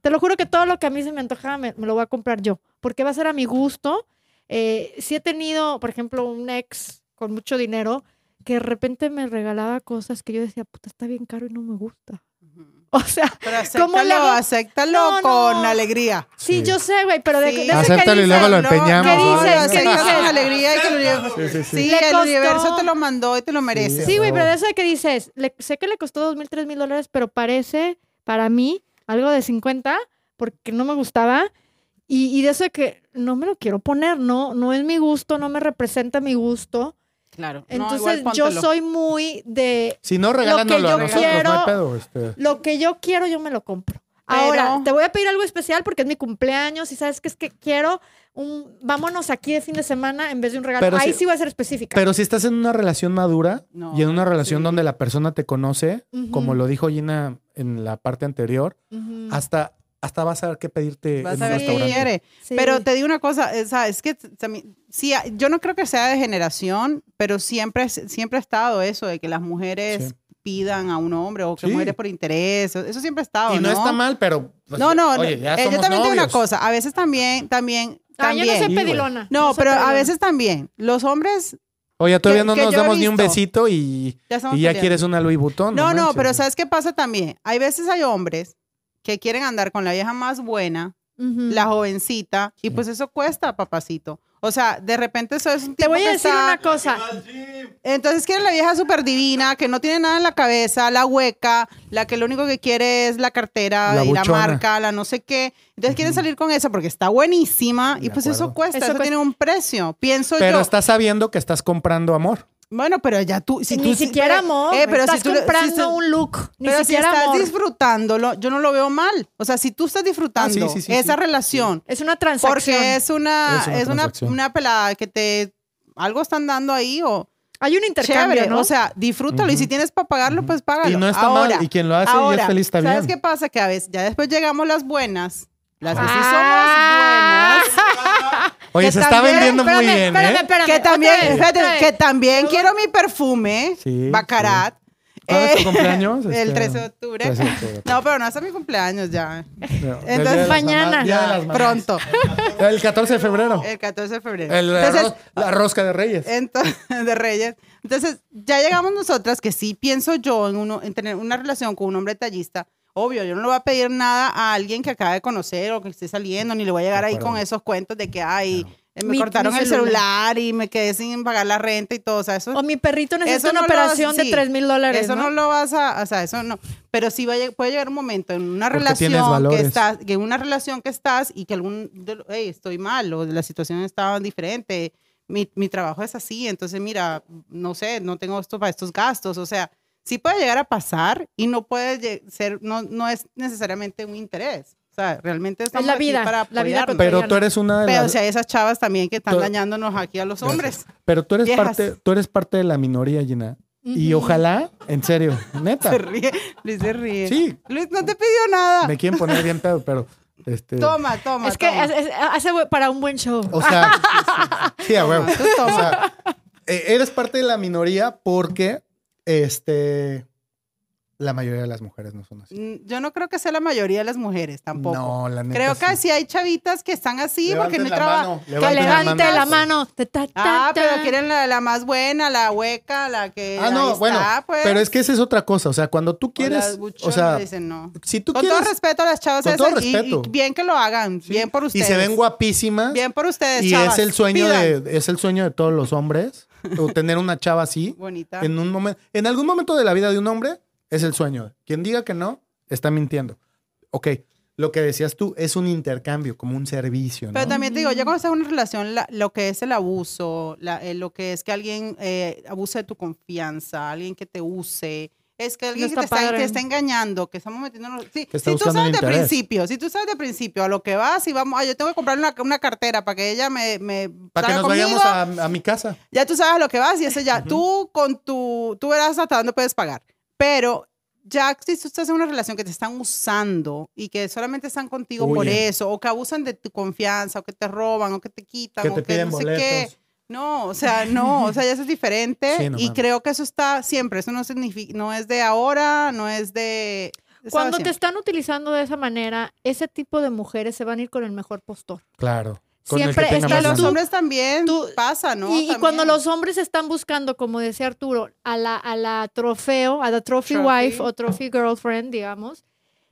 Speaker 2: Te lo juro que todo lo que a mí se me antojaba me, me lo voy a comprar yo, porque va a ser a mi gusto. Eh, si he tenido, por ejemplo, un ex con mucho dinero que de repente me regalaba cosas que yo decía, puta, está bien caro y no me gusta.
Speaker 1: Ujú.
Speaker 2: O sea,
Speaker 1: Pero
Speaker 2: ¿Cómo
Speaker 1: acéptalo,
Speaker 2: le hago?
Speaker 1: acéptalo
Speaker 2: No, no.
Speaker 1: con alegría.
Speaker 2: Sí,
Speaker 3: Sí.
Speaker 2: yo sé, güey, pero de,
Speaker 1: Sí.
Speaker 2: de ese
Speaker 3: Acéptalo
Speaker 2: que
Speaker 3: y luego lo
Speaker 2: dices,
Speaker 1: No,
Speaker 3: empeñamos.
Speaker 2: ¿Qué
Speaker 1: no,
Speaker 2: dices?
Speaker 1: lo
Speaker 2: ¿Qué
Speaker 1: aceptas
Speaker 2: dices?
Speaker 1: con alegría y que lo llevas.
Speaker 3: Sí, sí, sí.
Speaker 1: Sí,
Speaker 2: Le
Speaker 1: el
Speaker 2: costó.
Speaker 1: universo te lo mandó y te lo merece.
Speaker 3: Sí.
Speaker 2: Sí, güey,
Speaker 3: huevo.
Speaker 2: pero de ese que dices, le- sé que le costó dos mil, tres mil dólares, pero parece para mí algo de 50 porque no me gustaba. Y, y de eso de que no me lo quiero poner, no, no es mi gusto, no me representa mi gusto.
Speaker 1: Claro.
Speaker 2: Entonces yo soy muy de
Speaker 3: si no, regálanoslo
Speaker 2: yo
Speaker 3: a nosotros, no
Speaker 2: quiero-
Speaker 3: hay pedo. este.
Speaker 2: lo que yo quiero, yo me lo compro. Ahora,
Speaker 1: Pero-
Speaker 2: te voy a pedir algo especial porque es mi cumpleaños y sabes que es que quiero un vámonos aquí de fin de semana en vez de un regalo.
Speaker 3: Pero
Speaker 2: Ahí
Speaker 3: sí-
Speaker 2: sí voy a ser específica.
Speaker 3: Pero si estás en una relación madura
Speaker 1: No,
Speaker 3: y en una relación
Speaker 1: sí.
Speaker 3: donde la persona te conoce,
Speaker 2: Ujú.
Speaker 3: como lo dijo Gina en la parte anterior,
Speaker 2: Ujú.
Speaker 3: hasta, hasta vas a ver qué pedirte
Speaker 1: Vas
Speaker 3: en
Speaker 1: a
Speaker 3: un
Speaker 1: ver qué
Speaker 3: restaurante.
Speaker 1: quiere.
Speaker 2: Sí.
Speaker 1: Pero te digo una cosa, eh, ¿sabes? es que t- también- sí, ah, yo no creo que sea de generación, pero siempre, es- siempre ha estado eso de que las mujeres
Speaker 3: Sí.
Speaker 1: pidan a un hombre o que
Speaker 3: Sí.
Speaker 1: muere por interés. Eso siempre ha estado.
Speaker 3: Y no, está mal, pero. pues,
Speaker 1: No, no, no.
Speaker 3: oye, ya
Speaker 1: Eh, yo
Speaker 3: somos
Speaker 1: también tengo una
Speaker 3: novios.
Speaker 1: cosa. A veces también, también,
Speaker 2: Ah, yo
Speaker 1: también.
Speaker 2: no soy
Speaker 3: Sí, güey.
Speaker 2: pedilona.
Speaker 1: No,
Speaker 2: soy
Speaker 1: pero a
Speaker 2: pedilona.
Speaker 1: veces también. Los hombres
Speaker 3: Oye, todavía no
Speaker 1: que
Speaker 3: nos
Speaker 1: yo he
Speaker 3: damos ni un
Speaker 1: visto.
Speaker 3: besito y,
Speaker 1: ya somos
Speaker 3: y ya
Speaker 1: peleados.
Speaker 3: quieres una Louis Vuitton.
Speaker 1: No, no,
Speaker 3: manches.
Speaker 1: pero ¿sabes qué pasa también? Hay veces hay hombres que quieren andar con la vieja más buena,
Speaker 2: Ujú.
Speaker 1: la jovencita, y pues eso cuesta, papacito. O sea, de repente eso es un
Speaker 2: Te
Speaker 1: tipo
Speaker 2: voy a
Speaker 1: que
Speaker 2: decir
Speaker 1: está-
Speaker 2: una cosa.
Speaker 4: Al gym.
Speaker 1: Entonces quieren la vieja súper divina, que no tiene nada en la cabeza, la hueca, la que lo único que quiere es la cartera
Speaker 3: La
Speaker 1: y la
Speaker 3: buchona.
Speaker 1: marca, la no sé qué. Entonces quieren salir con esa porque está buenísima y
Speaker 3: De
Speaker 1: pues
Speaker 3: acuerdo.
Speaker 1: eso cuesta,
Speaker 2: Eso
Speaker 1: eso,
Speaker 2: cuesta.
Speaker 1: tiene un precio, pienso
Speaker 3: Pero
Speaker 1: yo.
Speaker 3: estás sabiendo que estás comprando amor.
Speaker 1: Bueno, pero ya tú... Si
Speaker 2: Ni
Speaker 1: tú-
Speaker 2: siquiera amor.
Speaker 1: Eh, pero
Speaker 2: estás
Speaker 1: si tú- si
Speaker 2: comprando
Speaker 1: tú-
Speaker 2: un look. Ni
Speaker 1: pero si
Speaker 2: siquiera
Speaker 1: estás
Speaker 2: amor.
Speaker 1: disfrutándolo, yo no lo veo mal. O sea, si tú estás disfrutando
Speaker 3: Ah, sí, sí,
Speaker 1: esa
Speaker 3: sí.
Speaker 1: relación,
Speaker 2: Es una transacción.
Speaker 1: porque es una,
Speaker 3: Es una
Speaker 1: es una,
Speaker 3: transacción.
Speaker 1: una pelada que te algo están dando ahí o
Speaker 2: Hay un intercambio,
Speaker 1: chévere,
Speaker 2: ¿no?
Speaker 1: o sea, disfrútalo y
Speaker 3: Ujú.
Speaker 1: si tienes para pagarlo,
Speaker 3: Ujú.
Speaker 1: pues págalo.
Speaker 3: Y no está
Speaker 1: Ahora,
Speaker 3: mal. Y quien lo hace y
Speaker 1: ahora,
Speaker 3: es feliz está
Speaker 1: ¿sabes qué
Speaker 3: bien.
Speaker 1: pasa? Que a veces ya después llegamos las buenas, las que sí somos
Speaker 2: Ah.
Speaker 1: buenas.
Speaker 3: Oye,
Speaker 1: que
Speaker 3: se está
Speaker 1: también-
Speaker 3: vendiendo muy
Speaker 2: espérame,
Speaker 3: bien,
Speaker 2: espérame,
Speaker 3: ¿eh?
Speaker 2: espérame.
Speaker 1: Que también,
Speaker 2: Otra vez,
Speaker 1: espérate,
Speaker 2: otra vez.
Speaker 1: que también
Speaker 2: Luego-
Speaker 1: quiero mi perfume,
Speaker 3: Sí,
Speaker 1: Bacarat.
Speaker 3: ¿Cuándo es tu
Speaker 1: Eh,
Speaker 3: cumpleaños?
Speaker 1: el
Speaker 3: Este,
Speaker 1: 13 de octubre.
Speaker 3: 13 de octubre.
Speaker 1: No, pero no hasta mi cumpleaños ya.
Speaker 3: No, del
Speaker 1: Entonces,
Speaker 3: Día de las
Speaker 2: mañana.
Speaker 3: Mamás, Día de las Mamás.
Speaker 1: Pronto.
Speaker 3: El 14 de febrero.
Speaker 1: El 14 de febrero.
Speaker 3: El- la
Speaker 1: Entonces, eh,
Speaker 3: ros- la rosca de Reyes.
Speaker 1: entonces, de Reyes. Entonces, ya llegamos nosotras, que sí pienso yo en, uno, en tener una relación con un hombre detallista. Obvio, yo no le voy a pedir nada a alguien que acaba de conocer o que esté saliendo, ni le voy a llegar
Speaker 3: De
Speaker 1: ahí
Speaker 3: acuerdo.
Speaker 1: con esos cuentos de que, ay, eh, me
Speaker 2: Mi-
Speaker 1: cortaron
Speaker 2: mi
Speaker 1: el
Speaker 2: celular.
Speaker 1: celular y me quedé sin pagar la renta y todo. O sea, eso,
Speaker 2: O mi perrito necesita
Speaker 1: Eso
Speaker 2: una
Speaker 1: no lo
Speaker 2: operación
Speaker 1: hace-
Speaker 2: de
Speaker 1: sí.
Speaker 2: 3 mil dólares.
Speaker 1: eso no
Speaker 2: ¿no?
Speaker 1: lo vas a, o sea, eso no. Pero sí va a lleg- puede llegar un momento en una
Speaker 3: Porque tienes
Speaker 1: relación que
Speaker 3: valores.
Speaker 1: estás, que en una relación que estás y que algún, de- "Ey, estoy mal o la situación estaba diferente, mi, mi trabajo es así, entonces mira, no sé, no tengo esto para estos gastos, o sea, sí puede llegar a pasar y no puede lle- ser, no, no es necesariamente un interés, o sea, realmente estamos
Speaker 2: la
Speaker 1: aquí
Speaker 2: vida,
Speaker 1: para
Speaker 2: la vida
Speaker 1: apoyarnos.
Speaker 3: Pero tú eres una de
Speaker 1: Pero o
Speaker 3: las,
Speaker 1: sea, hay esas chavas también que están
Speaker 3: Todo-
Speaker 1: dañándonos aquí a los
Speaker 3: Gracias.
Speaker 1: hombres.
Speaker 3: pero tú eres
Speaker 1: viejas.
Speaker 3: parte, tú eres parte de la minoría, Gina. Y
Speaker 2: Ujú.
Speaker 3: ojalá, en serio, neta.
Speaker 1: Se ríe, Luis se ríe.
Speaker 3: Sí,
Speaker 1: Luis no te pidió nada.
Speaker 3: me quieren poner bien pedo, pero este
Speaker 1: Toma, toma.
Speaker 2: Es que
Speaker 1: toma.
Speaker 2: hace- hace bu- para un buen show.
Speaker 3: o sea, sí, a huevo.
Speaker 1: Tú toma.
Speaker 3: O sea, eh, eres parte de la minoría porque este la mayoría de las mujeres no son así.
Speaker 1: Mm, Yo no creo que sea la mayoría de las mujeres tampoco.
Speaker 3: No, la neta.
Speaker 1: creo que
Speaker 3: sí.
Speaker 1: sí hay chavitas que están así porque
Speaker 3: Levanten
Speaker 1: no
Speaker 3: la
Speaker 1: trabajan.
Speaker 3: mano,
Speaker 2: que
Speaker 3: levanten
Speaker 2: levante la mano. Ta, ta, ta,
Speaker 1: Ah, pero
Speaker 2: ta.
Speaker 1: quieren la, la más buena, la hueca, la que.
Speaker 3: Ah, no,
Speaker 1: ahí
Speaker 3: bueno,
Speaker 1: está, pues.
Speaker 3: pero es que esa es otra cosa, o sea, cuando tú
Speaker 1: O las
Speaker 3: quieres, o
Speaker 1: buchonas
Speaker 3: sea,
Speaker 1: dicen no.
Speaker 3: si tú
Speaker 1: Con
Speaker 3: quieres
Speaker 1: todo respeto a las chavas
Speaker 3: con todo
Speaker 1: esas, y- y
Speaker 3: respeto.
Speaker 1: bien que lo hagan,
Speaker 3: Sí.
Speaker 1: bien por ustedes.
Speaker 3: Y se ven guapísimas.
Speaker 1: Bien por ustedes,
Speaker 3: y
Speaker 1: chavas.
Speaker 3: es el sueño
Speaker 1: Pidan.
Speaker 3: de es el sueño de todos los hombres o tener una chava así
Speaker 1: Bonita.
Speaker 3: en un momento en algún momento de la vida de un hombre es el sueño. Quien diga que no está mintiendo. Ok, lo que decías tú es un intercambio, como un servicio, ¿no?
Speaker 1: Pero también te digo, ya cuando estás en una relación, la- lo que es el abuso, la- eh, lo que es que alguien eh, abuse de tu confianza, alguien que te use, es que alguien
Speaker 2: No
Speaker 1: que te
Speaker 2: está
Speaker 1: está, te
Speaker 2: padre.
Speaker 1: está engañándonos, que estamos metiéndonos... Sí,
Speaker 3: Que está
Speaker 1: si tú
Speaker 3: buscando
Speaker 1: sabes
Speaker 3: un
Speaker 1: de
Speaker 3: interés.
Speaker 1: principio, si tú sabes de principio a lo que vas y vamos, ay, yo tengo que comprar una, una cartera para que ella me... me
Speaker 3: Para que
Speaker 1: salga
Speaker 3: nos vayamos
Speaker 1: conmigo",
Speaker 3: a, a mi casa.
Speaker 1: ya tú sabes a lo que vas y eso ya, tú con tu, tú verás hasta dónde puedes pagar. Pero ya si tú estás en una relación que te están usando y que solamente están contigo por
Speaker 3: Huyen.
Speaker 1: eso, o que abusan de tu confianza, o que te roban, o que te quitan,
Speaker 3: Que
Speaker 1: o
Speaker 3: te
Speaker 1: que
Speaker 3: piden
Speaker 1: no
Speaker 3: boletos.
Speaker 1: sé qué. No, o sea, no, o sea, ya eso es diferente
Speaker 3: Sí, no
Speaker 1: y
Speaker 3: mames.
Speaker 1: creo que eso está siempre, eso no significa, no es de ahora, no es de... estaba
Speaker 2: Cuando te
Speaker 1: siempre.
Speaker 2: están utilizando de esa manera, ese tipo de mujeres se van a ir con el mejor postor.
Speaker 3: Claro.
Speaker 2: Siempre
Speaker 3: tenga
Speaker 2: está lo-
Speaker 3: más
Speaker 1: los
Speaker 3: lana.
Speaker 2: tú-
Speaker 1: hombres también
Speaker 2: tú-
Speaker 1: pasa, ¿no?
Speaker 2: y, y
Speaker 1: También.
Speaker 2: cuando los hombres están buscando, como decía Arturo, a la, a la trofeo, a la trophy,
Speaker 1: Trophy.
Speaker 2: wife o trophy girlfriend, digamos,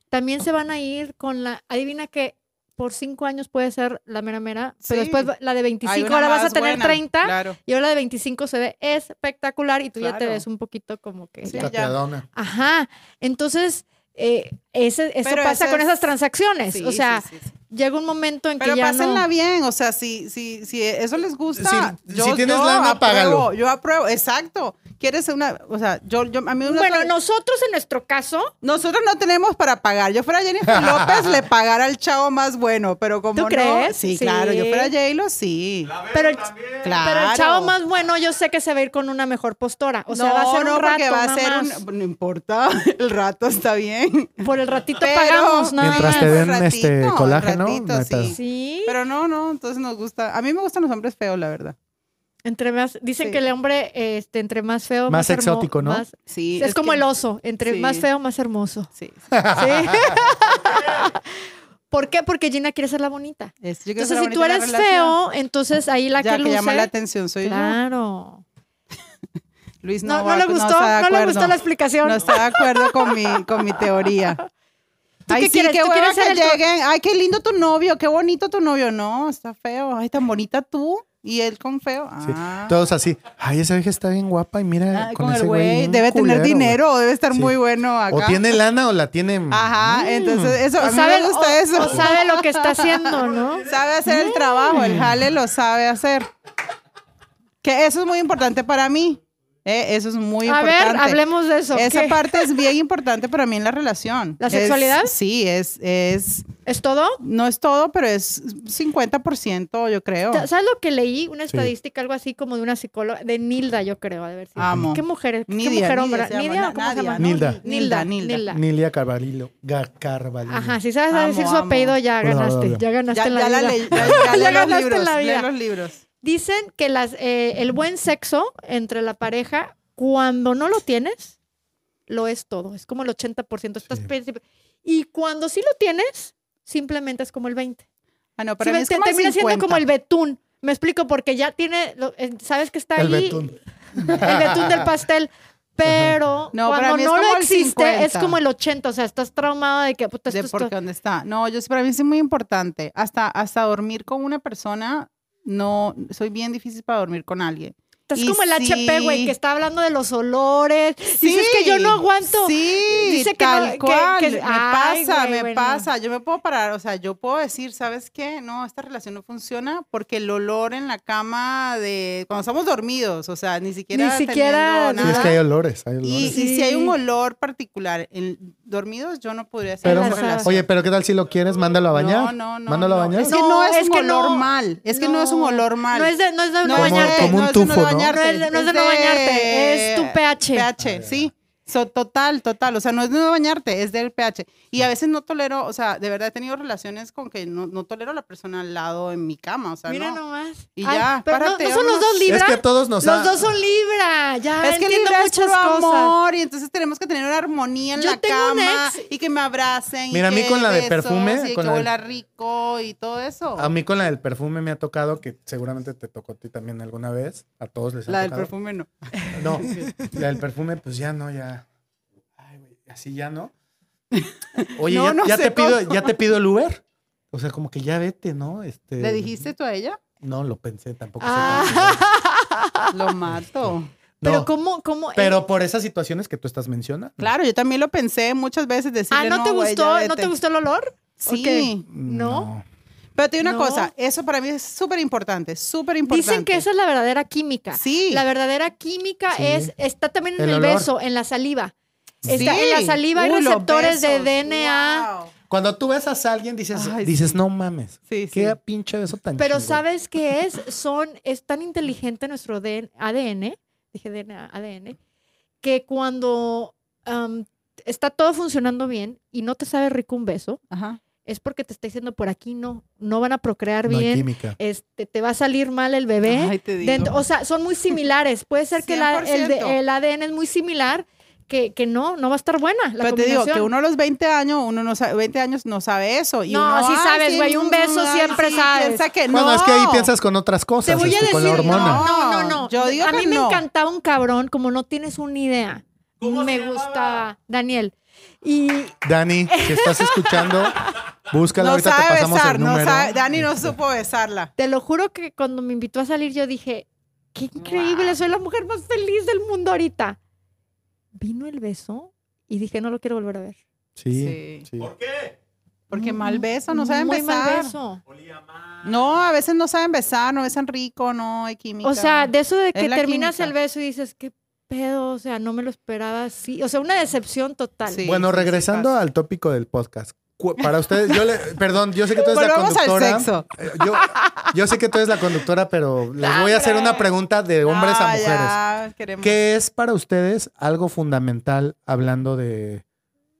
Speaker 2: también se van a ir con la, adivina que por cinco años puede ser la mera mera, pero
Speaker 1: Sí.
Speaker 2: después va- la de
Speaker 1: Hay
Speaker 2: 25,
Speaker 1: una
Speaker 2: ahora vas a
Speaker 1: más
Speaker 2: tener
Speaker 1: buena,
Speaker 2: 30
Speaker 1: Claro.
Speaker 2: y ahora la de 25 se ve espectacular y tú ya te
Speaker 1: Claro.
Speaker 2: ves un poquito como que...
Speaker 1: Sí.
Speaker 2: ya-
Speaker 1: ya.
Speaker 3: Cateadona.
Speaker 2: Ajá, entonces eh, ese, eso
Speaker 1: Pero
Speaker 2: pasa
Speaker 1: ese
Speaker 2: con
Speaker 1: es-
Speaker 2: esas transacciones,
Speaker 1: Sí,
Speaker 2: o sea,
Speaker 1: sí, sí, sí.
Speaker 2: llega un momento en
Speaker 1: Pero
Speaker 2: que ya
Speaker 1: pásenla
Speaker 2: no...
Speaker 1: bien, o sea, si, si, si eso les gusta,
Speaker 3: Si- si tienes lana,
Speaker 1: apruebo,
Speaker 3: págalo.
Speaker 1: Yo apruebo, exacto. Quieres una, o sea, yo, yo a mí una
Speaker 2: Bueno,
Speaker 1: tra-
Speaker 2: nosotros en nuestro caso,
Speaker 1: nosotros no tenemos para pagar. Yo fuera Jennifer López le pagara al chavo más bueno, pero como
Speaker 2: ¿Tú
Speaker 1: no,
Speaker 2: crees?
Speaker 1: sí,
Speaker 2: Sí.
Speaker 1: claro, yo fuera J-Lo, sí.
Speaker 4: La veo
Speaker 2: Pero el-
Speaker 4: también.
Speaker 1: Claro.
Speaker 2: Pero el chavo más bueno, yo sé que se va a ir con una mejor postura. O sea,
Speaker 1: no,
Speaker 2: va a ser
Speaker 1: no,
Speaker 2: un rato,
Speaker 1: porque va a
Speaker 2: nada
Speaker 1: ser
Speaker 2: más.
Speaker 1: un- no importa, el rato está bien.
Speaker 2: Por el ratito
Speaker 1: Pero-
Speaker 2: pagamos nada
Speaker 3: Mientras te
Speaker 2: más.
Speaker 3: den
Speaker 1: Un ratito,
Speaker 3: este
Speaker 1: un
Speaker 3: colágeno,
Speaker 1: ratito,
Speaker 3: no hay
Speaker 1: sí.
Speaker 3: pedo.
Speaker 2: Sí.
Speaker 1: Pero no, no, entonces nos gusta. A mí me gustan los hombres feos, la verdad.
Speaker 2: Entre más, dicen
Speaker 1: Sí.
Speaker 2: que el hombre, este, entre más feo,
Speaker 3: Más
Speaker 2: hermo-
Speaker 3: exótico, ¿no?
Speaker 2: más-
Speaker 1: Sí,
Speaker 2: es, como
Speaker 1: que-
Speaker 2: el oso, entre
Speaker 1: sí.
Speaker 2: más feo, más hermoso.
Speaker 1: Sí, sí.
Speaker 2: ¿Sí? ¿Por qué? Porque Gina quiere ser la bonita.
Speaker 1: Es- yo quiero ser
Speaker 2: Entonces,
Speaker 1: la
Speaker 2: si
Speaker 1: bonita
Speaker 2: tú
Speaker 1: en la
Speaker 2: eres
Speaker 1: relación.
Speaker 2: feo, entonces ahí la
Speaker 1: ya
Speaker 2: que
Speaker 1: que,
Speaker 2: luce.
Speaker 1: llama la atención soy
Speaker 2: claro.
Speaker 1: yo. Luis no,
Speaker 2: No, no, le
Speaker 1: va-
Speaker 2: gustó,
Speaker 1: está de
Speaker 2: no, le
Speaker 1: acuerdo.
Speaker 2: gustó la explicación.
Speaker 1: No está de acuerdo con mi, con mi teoría. Ay,
Speaker 2: qué
Speaker 1: sí,
Speaker 2: quieres?
Speaker 1: qué
Speaker 2: ¿Tú
Speaker 1: hueva
Speaker 2: quieres ser
Speaker 1: que
Speaker 2: el to-
Speaker 1: lleguen. Ay, qué lindo tu novio, qué bonito tu novio. No, está feo. Ay, tan bonita tú. Y él con feo.
Speaker 3: Sí,
Speaker 1: Ah.
Speaker 3: Todos así. Ay, esa vieja está bien guapa y
Speaker 1: Ah,
Speaker 3: mira con,
Speaker 1: con el
Speaker 3: ese güey.
Speaker 1: güey.
Speaker 3: un
Speaker 1: Debe
Speaker 3: culero,
Speaker 1: tener
Speaker 3: güey".
Speaker 1: dinero, debe estar
Speaker 3: Sí.
Speaker 1: muy bueno acá.
Speaker 3: O tiene lana o la tiene. Mm.
Speaker 1: Ajá, entonces eso, a mí
Speaker 2: o
Speaker 1: me
Speaker 2: sabe,
Speaker 1: gusta
Speaker 2: o-
Speaker 1: eso.
Speaker 2: o sabe lo que está haciendo, ¿no?
Speaker 1: Sabe hacer el trabajo, el jale lo sabe hacer. Que eso es muy importante para mí. Eh, eso es muy
Speaker 2: A
Speaker 1: importante.
Speaker 2: ver, hablemos de eso.
Speaker 1: Esa
Speaker 2: ¿Qué?
Speaker 1: parte es bien importante para mí en la relación.
Speaker 2: ¿La
Speaker 1: Es-
Speaker 2: sexualidad?
Speaker 1: sí, es, es,
Speaker 2: ¿Es todo?
Speaker 1: no es todo, pero es 50%, yo creo.
Speaker 2: Sa- ¿Sabes lo que leí? Una
Speaker 3: Oh. Sí.
Speaker 2: estadística, algo así como de una psicóloga, de Nilda, yo creo, de ver si.
Speaker 1: Amo.
Speaker 2: ¿Qué mujer? ¿Qué
Speaker 1: Nidia,
Speaker 2: mujer
Speaker 1: Nidia
Speaker 2: hombre?
Speaker 1: se llama,
Speaker 2: ¿Nidia o
Speaker 1: Na-
Speaker 2: cómo se
Speaker 1: Nadia,
Speaker 2: llama?
Speaker 1: ¿no?
Speaker 3: Ah. Nilda.
Speaker 2: Nilda,
Speaker 1: Nilda, Nilda.
Speaker 2: Nilda.
Speaker 3: Nilia Carvalho. Ga- Carvalho.
Speaker 2: Ajá, si sabes
Speaker 1: Amo,
Speaker 2: decir su
Speaker 1: amo.
Speaker 2: apellido, ya
Speaker 3: Bueno,
Speaker 2: ganaste.
Speaker 3: bueno,
Speaker 2: Ya ganaste
Speaker 1: ya,
Speaker 2: en la
Speaker 1: ya la
Speaker 2: vida.
Speaker 1: leí, ya- ya leí
Speaker 2: Ya
Speaker 1: los
Speaker 2: ganaste
Speaker 1: libros,
Speaker 2: la
Speaker 1: leí
Speaker 2: vida.
Speaker 1: los libros.
Speaker 2: Dicen que las, eh, el buen sexo entre la pareja, cuando no lo tienes, lo es todo. Es como el 80%. Estás
Speaker 3: Sí.
Speaker 2: pe- Y cuando sí lo tienes, simplemente es como el 20%.
Speaker 1: Ah, no,
Speaker 2: Sí,
Speaker 1: para mí
Speaker 2: ve-
Speaker 1: es
Speaker 2: te-
Speaker 1: como el
Speaker 2: termina siendo
Speaker 1: 50.
Speaker 2: como el betún. Me explico, porque ya tiene, lo- eh, sabes que está
Speaker 3: El
Speaker 2: ahí
Speaker 3: betún.
Speaker 2: el betún del pastel. Pero
Speaker 1: No, para
Speaker 2: cuando
Speaker 1: mí es
Speaker 2: no
Speaker 1: como
Speaker 2: lo
Speaker 1: el
Speaker 2: existe,
Speaker 1: 50.
Speaker 2: es como el 80, o sea, estás traumado de que puta,
Speaker 1: de
Speaker 2: esto es
Speaker 1: por
Speaker 2: todo.
Speaker 1: qué dónde está. No, yo para mí sí es muy importante. Hasta, hasta dormir con una persona, no, soy bien difícil para dormir con alguien.
Speaker 2: Estás
Speaker 1: y
Speaker 2: como el HP, güey,
Speaker 1: sí.
Speaker 2: que está hablando de los olores. Dices que yo no aguanto.
Speaker 1: Sí,
Speaker 2: Dice que
Speaker 1: tal
Speaker 2: no- que-
Speaker 1: cual.
Speaker 2: que-
Speaker 1: me
Speaker 2: ay,
Speaker 1: pasa,
Speaker 2: güey,
Speaker 1: me
Speaker 2: bueno.
Speaker 1: pasa. Yo me puedo parar, o sea, yo puedo decir, ¿sabes qué? No, esta relación no funciona porque el olor en la cama de cuando estamos dormidos, o sea, ni siquiera.
Speaker 2: Ni siquiera
Speaker 1: teniendo
Speaker 3: Sí, es
Speaker 1: nada.
Speaker 3: que hay olores. Hay
Speaker 1: Y,
Speaker 3: olores.
Speaker 1: y si hay un
Speaker 2: Sí.
Speaker 1: olor particular en dormidos, yo no podría hacer
Speaker 3: Pero,
Speaker 1: esa
Speaker 2: Las alas.
Speaker 1: relación.
Speaker 3: oye, pero ¿qué tal si lo quieres? Mándalo a bañar.
Speaker 1: No, no, no.
Speaker 3: Mándalo a
Speaker 1: no.
Speaker 3: bañar.
Speaker 1: Es que no, es, un
Speaker 2: que
Speaker 1: olor
Speaker 2: no.
Speaker 1: mal. Es que no es un olor mal.
Speaker 2: No es de no, es de no
Speaker 1: es de-
Speaker 2: bañarte.
Speaker 3: Como un
Speaker 1: es de
Speaker 3: tufo, ¿no?
Speaker 1: bañarte,
Speaker 2: No es de- no es de no bañarte, es tu pH.
Speaker 1: pH, sí. So, total, total. O sea, no es de no bañarte, es del pH. Y a veces no tolero, o sea, de verdad he tenido relaciones con que no, no tolero a la persona al lado en mi cama. O sea,
Speaker 2: Mira
Speaker 1: no.
Speaker 2: nomás.
Speaker 1: Y
Speaker 2: Ay,
Speaker 1: ya,
Speaker 2: pero no-
Speaker 1: párate,
Speaker 2: no, son los
Speaker 1: vámonos.
Speaker 2: dos
Speaker 3: Es
Speaker 2: libras.
Speaker 3: que a todos nos ha-
Speaker 2: Los dos son libra. Ya
Speaker 1: Es que
Speaker 2: Ah, entiendo
Speaker 1: Libra es
Speaker 2: muchas
Speaker 1: puro
Speaker 2: cosas.
Speaker 1: amor y entonces tenemos que tener una armonía en
Speaker 2: Yo
Speaker 1: la
Speaker 2: tengo un
Speaker 1: cama
Speaker 2: ex-
Speaker 1: y que me abracen.
Speaker 3: Mira, a
Speaker 1: y
Speaker 3: mí
Speaker 1: que
Speaker 3: con la de
Speaker 1: besos,
Speaker 3: perfume,
Speaker 1: y que
Speaker 3: con Ah, la de-
Speaker 1: huela rico y todo eso.
Speaker 3: A mí con la del perfume me ha tocado, que seguramente te tocó a ti también alguna vez. A todos les ha
Speaker 1: la del
Speaker 3: tocado.
Speaker 1: perfume no.
Speaker 3: No, la del perfume, pues ya no, ya. Ay, güey, así ya no. Oye,
Speaker 1: No,
Speaker 3: ya,
Speaker 1: no
Speaker 3: ya
Speaker 1: sé
Speaker 3: te pido,
Speaker 1: cómo.
Speaker 3: ya te pido el Uber. O sea, como que ya vete, ¿no? Este,
Speaker 1: ¿Le dijiste tú a ella?
Speaker 3: No, lo pensé, tampoco. sé
Speaker 2: Ah.
Speaker 1: Lo mato.
Speaker 3: No,
Speaker 2: Pero cómo, cómo.
Speaker 3: pero por esas situaciones que tú estás mencionando.
Speaker 1: Claro, yo también lo pensé muchas veces decirle
Speaker 2: ah, ¿no, te
Speaker 1: güey,
Speaker 2: gustó?
Speaker 1: ya
Speaker 2: ¿No te
Speaker 1: vete".
Speaker 2: gustó el olor?
Speaker 1: Sí.
Speaker 2: Ok. ¿No?
Speaker 3: No.
Speaker 1: Pero te digo una
Speaker 2: No.
Speaker 1: cosa, eso para mí es súper importante, súper importante.
Speaker 2: Dicen que esa es la verdadera química.
Speaker 1: Sí.
Speaker 2: La verdadera química
Speaker 3: Sí.
Speaker 2: es está también en el,
Speaker 3: El olor.
Speaker 2: beso, en la saliva.
Speaker 1: Sí.
Speaker 2: Está en la saliva hay
Speaker 1: Uy, los
Speaker 2: receptores de
Speaker 1: besos,
Speaker 2: DNA.
Speaker 1: wow.
Speaker 3: Cuando tú besas a alguien, dices,
Speaker 1: Ay,
Speaker 3: dices, no mames.
Speaker 1: Sí,
Speaker 3: Qué
Speaker 1: sí.
Speaker 3: pinche beso tan
Speaker 2: Pero
Speaker 3: chingón".
Speaker 2: ¿sabes qué es? Son es tan inteligente nuestro DN ADN, dije DNA, ADN, que cuando am, está todo funcionando bien y no te sabe rico un beso,
Speaker 1: Ajá.
Speaker 2: es porque te está diciendo por aquí no, no van a procrear
Speaker 3: No hay
Speaker 2: bien,
Speaker 3: química.
Speaker 2: este te va a salir mal el bebé.
Speaker 1: Ay, te digo.
Speaker 2: Dentro- o sea, son muy similares. Puede ser que la- el, de-
Speaker 1: 100%.
Speaker 2: el ADN es muy similar, que, que no, no va a estar buena la
Speaker 1: Pero te digo que
Speaker 2: combinación.
Speaker 1: uno a los 20 años, uno no sabe, 20 años no sabe eso. Y
Speaker 2: No,
Speaker 1: uno,
Speaker 2: sí
Speaker 1: ay,
Speaker 2: sabes, güey, un beso
Speaker 1: ay,
Speaker 2: siempre sabes.
Speaker 1: Piensa que no.
Speaker 3: Bueno, es que ahí piensas con otras cosas.
Speaker 2: Te voy a
Speaker 3: este, con la
Speaker 2: decir, no,
Speaker 3: hormona.
Speaker 2: no, no, no.
Speaker 1: Yo digo
Speaker 2: a
Speaker 1: que
Speaker 2: mí me
Speaker 1: no.
Speaker 2: encantaba un cabrón, como no tienes una idea.
Speaker 4: ¿Cómo
Speaker 2: me
Speaker 4: se llamaba?
Speaker 2: gustaba, Daniel. Y
Speaker 3: Dani, si estás escuchando, búscala.
Speaker 1: No
Speaker 3: ahorita te
Speaker 1: sabe
Speaker 3: pasamos
Speaker 1: besar,
Speaker 3: el
Speaker 1: no
Speaker 3: número.
Speaker 1: sabe, Dani no
Speaker 3: Este,
Speaker 1: supo besarla.
Speaker 2: te lo juro que cuando me invitó a salir, yo dije, qué increíble, soy la mujer más feliz del mundo ahorita. Vino el beso y dije, no lo quiero volver a ver.
Speaker 3: Sí, sí.
Speaker 4: ¿Por qué?
Speaker 1: Porque
Speaker 2: Mm,
Speaker 1: mal beso, no saben
Speaker 2: Muy
Speaker 1: besar.
Speaker 2: mal beso.
Speaker 4: Olía mal.
Speaker 1: No, a veces no saben besar, no besan rico, no hay química.
Speaker 2: O sea, de eso de que
Speaker 1: la
Speaker 2: terminas
Speaker 1: química.
Speaker 2: el beso y dices, qué pedo, o sea, no me lo esperaba así. O sea, una decepción total.
Speaker 1: Sí.
Speaker 3: Bueno, regresando
Speaker 1: pasa.
Speaker 3: al tópico del podcast. Cu- Para ustedes, yo le, perdón, yo sé que tú eres la
Speaker 1: Volvamos al
Speaker 3: conductora.
Speaker 1: sexo.
Speaker 3: Eh, Yo, yo sé que tú eres la conductora, pero les voy a hacer una pregunta de hombres a
Speaker 1: Ah,
Speaker 3: mujeres.
Speaker 1: ya, queremos.
Speaker 3: ¿Qué es para ustedes algo fundamental hablando de,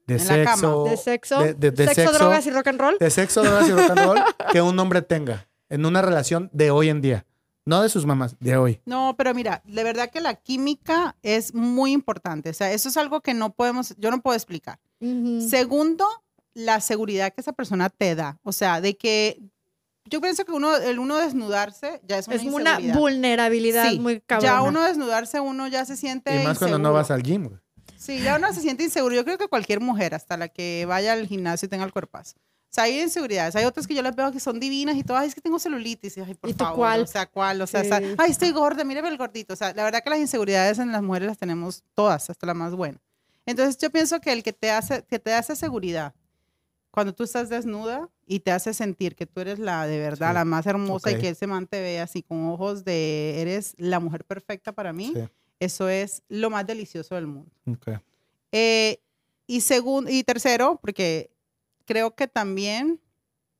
Speaker 3: de
Speaker 1: En la
Speaker 3: sexo?
Speaker 2: De sexo,
Speaker 3: De, de- de
Speaker 2: sexo,
Speaker 3: sexo,
Speaker 2: drogas y rock and roll.
Speaker 3: de sexo, drogas y rock and roll que un hombre tenga en una relación de hoy en día. No de sus mamás, de hoy.
Speaker 1: No, pero mira, de verdad que la química es muy importante. O sea, eso es algo que no podemos, yo no puedo explicar.
Speaker 2: Ujú.
Speaker 1: Segundo, la seguridad que esa persona te da. O sea, de que yo pienso que uno, el uno desnudarse ya es una
Speaker 2: es una
Speaker 1: inseguridad.
Speaker 2: vulnerabilidad
Speaker 1: Sí,
Speaker 2: muy
Speaker 1: Ya
Speaker 2: cabrona.
Speaker 1: uno desnudarse, uno ya se siente
Speaker 3: Y más cuando no
Speaker 1: inseguro.
Speaker 3: vas al gym. güey.
Speaker 1: Sí, ya uno se siente inseguro. Yo creo que cualquier mujer, hasta la que vaya al gimnasio y tenga el cuerpazo. O sea, hay inseguridades. Hay otras que yo las veo que son divinas y todas, "Ay, es que tengo celulitis. Y, ay, por
Speaker 2: ¿Y tú
Speaker 1: favor,
Speaker 2: cuál?
Speaker 1: O sea, ¿cuál? O sea,
Speaker 2: Sí.
Speaker 1: esa- ay, estoy gorda, mírame el gordito. O sea, la verdad que las inseguridades en las mujeres las tenemos todas, hasta la más buena. Entonces, yo pienso que el que te hace, que te hace seguridad, cuando tú estás desnuda y te hace sentir que tú eres la de verdad,
Speaker 3: Sí.
Speaker 1: la más hermosa
Speaker 3: Ok.
Speaker 1: y que ese man te ve así con ojos de, eres la mujer perfecta para mí,
Speaker 3: Sí,
Speaker 1: eso es lo más delicioso del mundo.
Speaker 3: ok.
Speaker 1: Eh, y, segundo, y tercero, porque creo que también,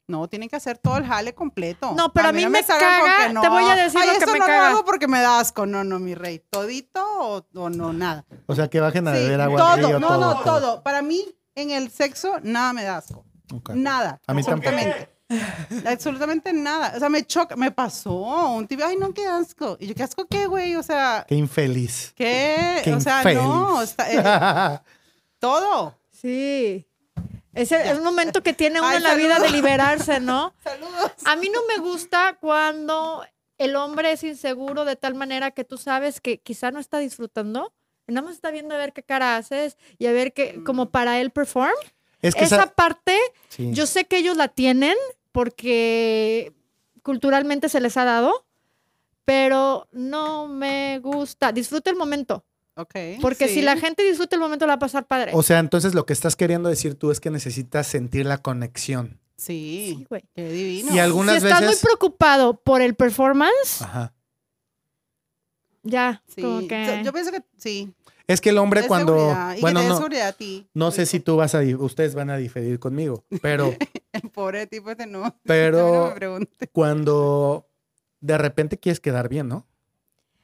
Speaker 1: no, tienen que hacer todo el jale completo.
Speaker 2: No, pero a mí me
Speaker 1: salgan con
Speaker 2: caga, te voy a decir
Speaker 1: "Ay,
Speaker 2: lo que
Speaker 1: esto
Speaker 2: me
Speaker 1: no
Speaker 2: caga".
Speaker 1: lo hago porque me da asco. No, no, mi rey. Todito o, o no, nada.
Speaker 3: O sea, que bajen a
Speaker 1: Sí,
Speaker 3: beber agua. al
Speaker 1: todo,
Speaker 3: río,
Speaker 1: no, no, todo. Para mí, en el sexo, nada me da asco.
Speaker 3: Ok.
Speaker 1: Nada.
Speaker 3: A mí
Speaker 4: ¿Por qué?
Speaker 1: absolutamente. Absolutamente nada. O sea, me choca, me pasó. Un tío, ay, no, qué asco. Y yo, qué asco qué, güey. O sea,
Speaker 3: Qué infeliz.
Speaker 1: ¿qué?
Speaker 3: Qué
Speaker 1: o sea,
Speaker 3: infeliz.
Speaker 1: no, está- eh, todo.
Speaker 2: Sí. Es, el-
Speaker 1: Ya.
Speaker 2: es un momento que tiene uno
Speaker 1: Ay,
Speaker 2: en la vida de
Speaker 1: saludos.
Speaker 2: liberarse, ¿no?
Speaker 1: Saludos.
Speaker 2: A mí no me gusta cuando el hombre es inseguro de tal manera que tú sabes que quizá no está disfrutando, nada más está viendo a ver qué cara haces y a ver qué, como para él perform.
Speaker 3: es que
Speaker 2: esa
Speaker 3: esa...
Speaker 2: parte
Speaker 3: sí.
Speaker 2: Yo sé que ellos la tienen porque culturalmente se les ha dado, pero no me gusta. Disfruta el momento,
Speaker 1: Okay,
Speaker 2: porque si
Speaker 1: ¿Eh? sí.
Speaker 2: la gente disfruta el momento la va a pasar padre.
Speaker 3: O sea, entonces lo que estás queriendo decir tú es que necesitas sentir la conexión.
Speaker 1: Sí,
Speaker 2: Sí, güey.
Speaker 1: qué divino.
Speaker 3: Y algunas
Speaker 2: si estás
Speaker 3: veces...
Speaker 2: muy preocupado por el performance,
Speaker 3: Ajá.
Speaker 2: ya,
Speaker 1: Ah. Sí.
Speaker 2: como
Speaker 1: Yo-
Speaker 2: que...
Speaker 1: Yo pienso que sí.
Speaker 3: Es que el hombre
Speaker 1: es
Speaker 3: cuando...
Speaker 1: seguridad, Y
Speaker 3: Bueno,
Speaker 1: que te dé
Speaker 3: no,
Speaker 1: seguridad a ti.
Speaker 3: no sé si tú vas a... di- Ustedes van a diferir conmigo, pero...
Speaker 1: El pobre tipo este no. A mí no
Speaker 3: Pero
Speaker 1: me pregunte.
Speaker 3: cuando de repente quieres quedar bien, ¿no?